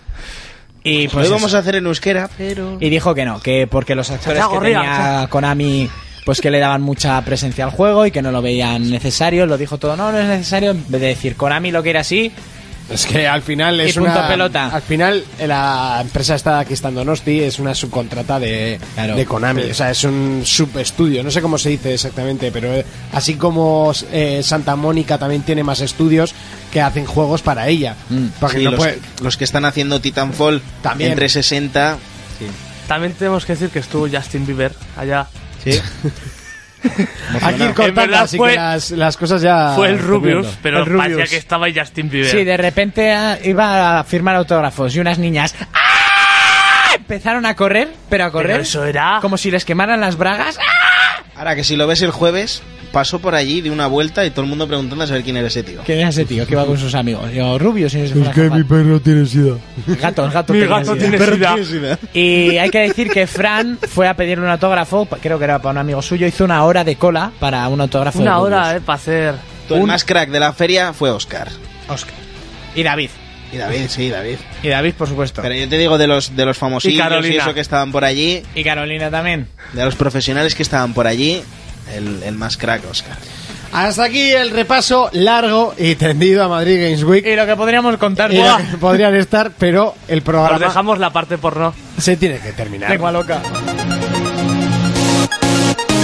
Speaker 3: Y
Speaker 4: lo
Speaker 3: pues
Speaker 4: íbamos
Speaker 3: eso.
Speaker 4: a hacer en euskera, pero.
Speaker 3: Y dijo que no, que porque los actores que
Speaker 5: Gorria,
Speaker 3: tenía Konami pues que le daban mucha presencia al juego y que no lo veían necesario, lo dijo todo, no, no es necesario, en vez de decir Konami lo quiere así,
Speaker 2: Es que al final
Speaker 3: Y
Speaker 2: es
Speaker 3: punto
Speaker 2: una
Speaker 3: pelota.
Speaker 2: Al final eh, la empresa esta que está en Donosti es una subcontrata de,
Speaker 3: Claro.
Speaker 2: de Konami, o sea, es un subestudio, no sé cómo se dice exactamente, pero eh, así como eh, Santa Mónica también tiene más estudios que hacen juegos para ella. Porque
Speaker 4: Sí,
Speaker 2: no
Speaker 4: los,
Speaker 2: puede-
Speaker 4: los que están haciendo Titanfall
Speaker 2: También.
Speaker 4: en 360.
Speaker 5: También tenemos que decir que estuvo Justin Bieber allá.
Speaker 4: Sí.
Speaker 2: Aquí ir
Speaker 5: En
Speaker 2: cortando,
Speaker 5: verdad
Speaker 2: así
Speaker 5: fue-
Speaker 2: que las, las cosas
Speaker 3: Ah,
Speaker 2: ya.
Speaker 5: Fue el Rubius,
Speaker 2: terminando.
Speaker 5: pero
Speaker 2: El Rubius.
Speaker 5: parecía que estaba Justin Bieber.
Speaker 3: Sí, de repente ah, iba a firmar autógrafos y unas niñas ¡ah! empezaron a correr, pero a correr.
Speaker 5: Pero eso era-
Speaker 3: Como si les quemaran las bragas. ¡ah!
Speaker 4: Ahora que si lo ves el jueves, pasó por allí, de una vuelta y todo el mundo preguntando a saber quién era ese tío.
Speaker 3: ¿Quién era ese tío que iba con sus amigos? Yo, rubio, si no se fuera capaz.
Speaker 2: perro tiene sida.
Speaker 3: Gato, el gato.
Speaker 5: Mi
Speaker 3: tenía
Speaker 5: gato
Speaker 3: sida.
Speaker 5: tiene sida.
Speaker 3: Y hay que decir que Fran fue a pedirle un autógrafo, pa- creo que era para un amigo suyo, hizo una hora de cola para un autógrafo. de
Speaker 5: Una
Speaker 3: Rubius.
Speaker 5: hora, eh, para hacer.
Speaker 4: Tú, El más crack de la feria fue Oscar.
Speaker 3: Oscar. Y David.
Speaker 4: Y David, sí, David.
Speaker 3: Y David, por supuesto.
Speaker 4: Pero yo te digo de los, de los
Speaker 5: Y
Speaker 4: famosillos
Speaker 5: Carolina.
Speaker 4: y eso que estaban por allí,
Speaker 3: Y Carolina también.
Speaker 4: de los profesionales que estaban por allí, el, el más crack, Oscar.
Speaker 2: Hasta aquí el repaso largo y tendido a Madrid Games Week.
Speaker 3: Y lo que podríamos contar.
Speaker 2: Y lo
Speaker 3: ¡buah!
Speaker 2: que podrían estar, pero el
Speaker 5: Os
Speaker 2: programa
Speaker 5: dejamos la parte porno.
Speaker 2: se tiene que terminar.
Speaker 3: Lengua loca.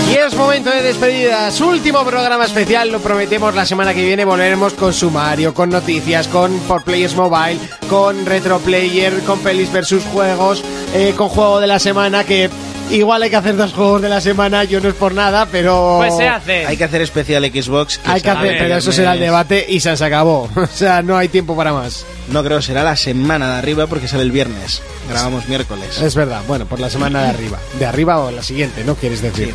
Speaker 2: Y es momento de despedidas. Último programa especial, lo prometemos la semana que viene. Volveremos con sumario, con noticias, con For Players Mobile, con Retro Player, con pelis versus juegos, eh, con juego de la semana. Que igual hay que hacer dos juegos de la semana. Yo no es por nada, pero.
Speaker 3: Pues se
Speaker 5: Eh.
Speaker 3: hace.
Speaker 4: Hay que hacer especial Xbox.
Speaker 2: Hay que
Speaker 4: será
Speaker 2: hacer,
Speaker 4: el
Speaker 2: pero eso
Speaker 4: mes.
Speaker 2: será el debate y se se acabó. O sea, no hay tiempo para más.
Speaker 4: No creo, será la semana de arriba porque sale el viernes. Grabamos miércoles.
Speaker 2: Es verdad, bueno, por la semana de arriba. De arriba o la siguiente, ¿no quieres decir?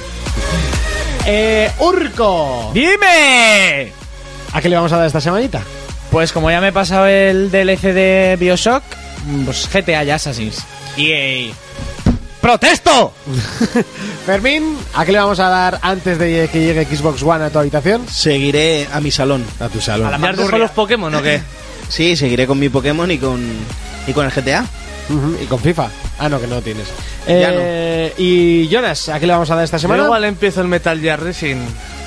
Speaker 2: Eh, Urco.
Speaker 3: ¡Dime!
Speaker 2: ¿A qué le vamos a dar esta semanita?
Speaker 3: Pues como ya me he pasado el DLC de Bioshock, mm, pues GTA y Assassin's. ¡Yay! ¡Protesto!
Speaker 2: Fermín, ¿a qué le vamos a dar antes de que llegue Xbox One a tu habitación?
Speaker 4: Seguiré a mi salón.
Speaker 2: A tu salón.
Speaker 5: ¿Ya has dejado los Pokémon o qué?
Speaker 4: Sí, seguiré con mi Pokémon y con, y con el GTA.
Speaker 2: Ujú, Y con FIFA. Ah, no, que no tienes.
Speaker 4: Ya
Speaker 2: Eh, Y Jonas, ¿a qué le vamos a dar esta
Speaker 5: Yo
Speaker 2: semana?
Speaker 5: igual empiezo el Metal Gear Racing.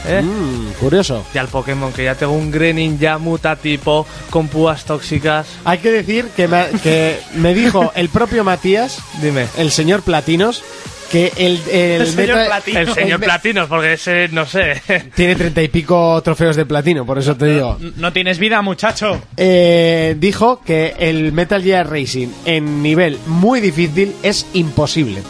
Speaker 5: ¿eh?
Speaker 2: Mm, curioso.
Speaker 5: Y al Pokémon, que ya tengo un Grenin ya mutatipo, con púas tóxicas.
Speaker 2: Hay que decir que me, que me dijo el propio Matías,
Speaker 5: Dime.
Speaker 2: el señor Platinos, que el, el, Metal-
Speaker 5: El señor
Speaker 2: me-
Speaker 5: Platinos, porque ese, no sé.
Speaker 2: Tiene treinta y pico trofeos de platino, por eso te digo.
Speaker 3: No tienes vida, muchacho.
Speaker 2: Eh, dijo que el Metal Gear Racing en nivel muy difícil es imposible.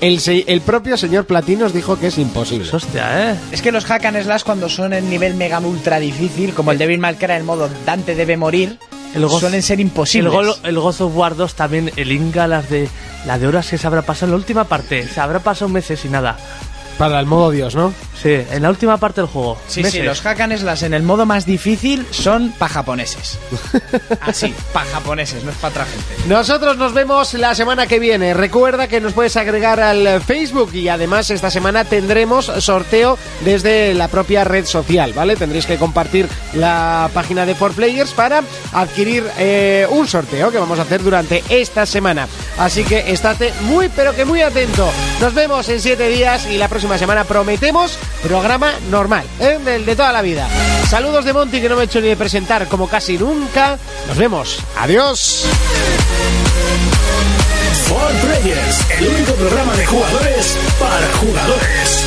Speaker 2: El, se- el propio señor Platinos dijo que es imposible.
Speaker 5: Hostia, ¿eh?
Speaker 3: Es que los hack and slash cuando son en nivel mega ultra difícil, como el Devil May Cry, el modo Dante debe morir,
Speaker 5: El gozo-
Speaker 3: suelen ser
Speaker 5: El,
Speaker 3: imposibles.
Speaker 5: gol, el God of War 2 también, el Inga, las de, la de horas que se habrá pasado en la última parte. Se habrá pasado meses y nada.
Speaker 2: Para el modo Dios, ¿no?
Speaker 5: Sí, en la última parte del juego.
Speaker 3: Sí, sí,
Speaker 5: meses.
Speaker 3: los hack and slash en el modo más difícil son pa' japoneses. Así, pa' japoneses, no es pa' otra gente.
Speaker 2: Nosotros nos vemos la semana que viene. Recuerda que nos puedes agregar al Facebook y además esta semana tendremos sorteo desde la propia red social, ¿vale? Tendréis que compartir la página de 4Players para adquirir eh, un sorteo que vamos a hacer durante esta semana. Así que estate muy pero que muy atento. Nos vemos en 7 días y la próxima semana prometemos programa normal, ¿eh? Del de toda la vida. Saludos de Monty que no me he hecho ni de presentar como casi nunca. Nos vemos. Adiós.
Speaker 1: Four Players, el único programa de jugadores para jugadores.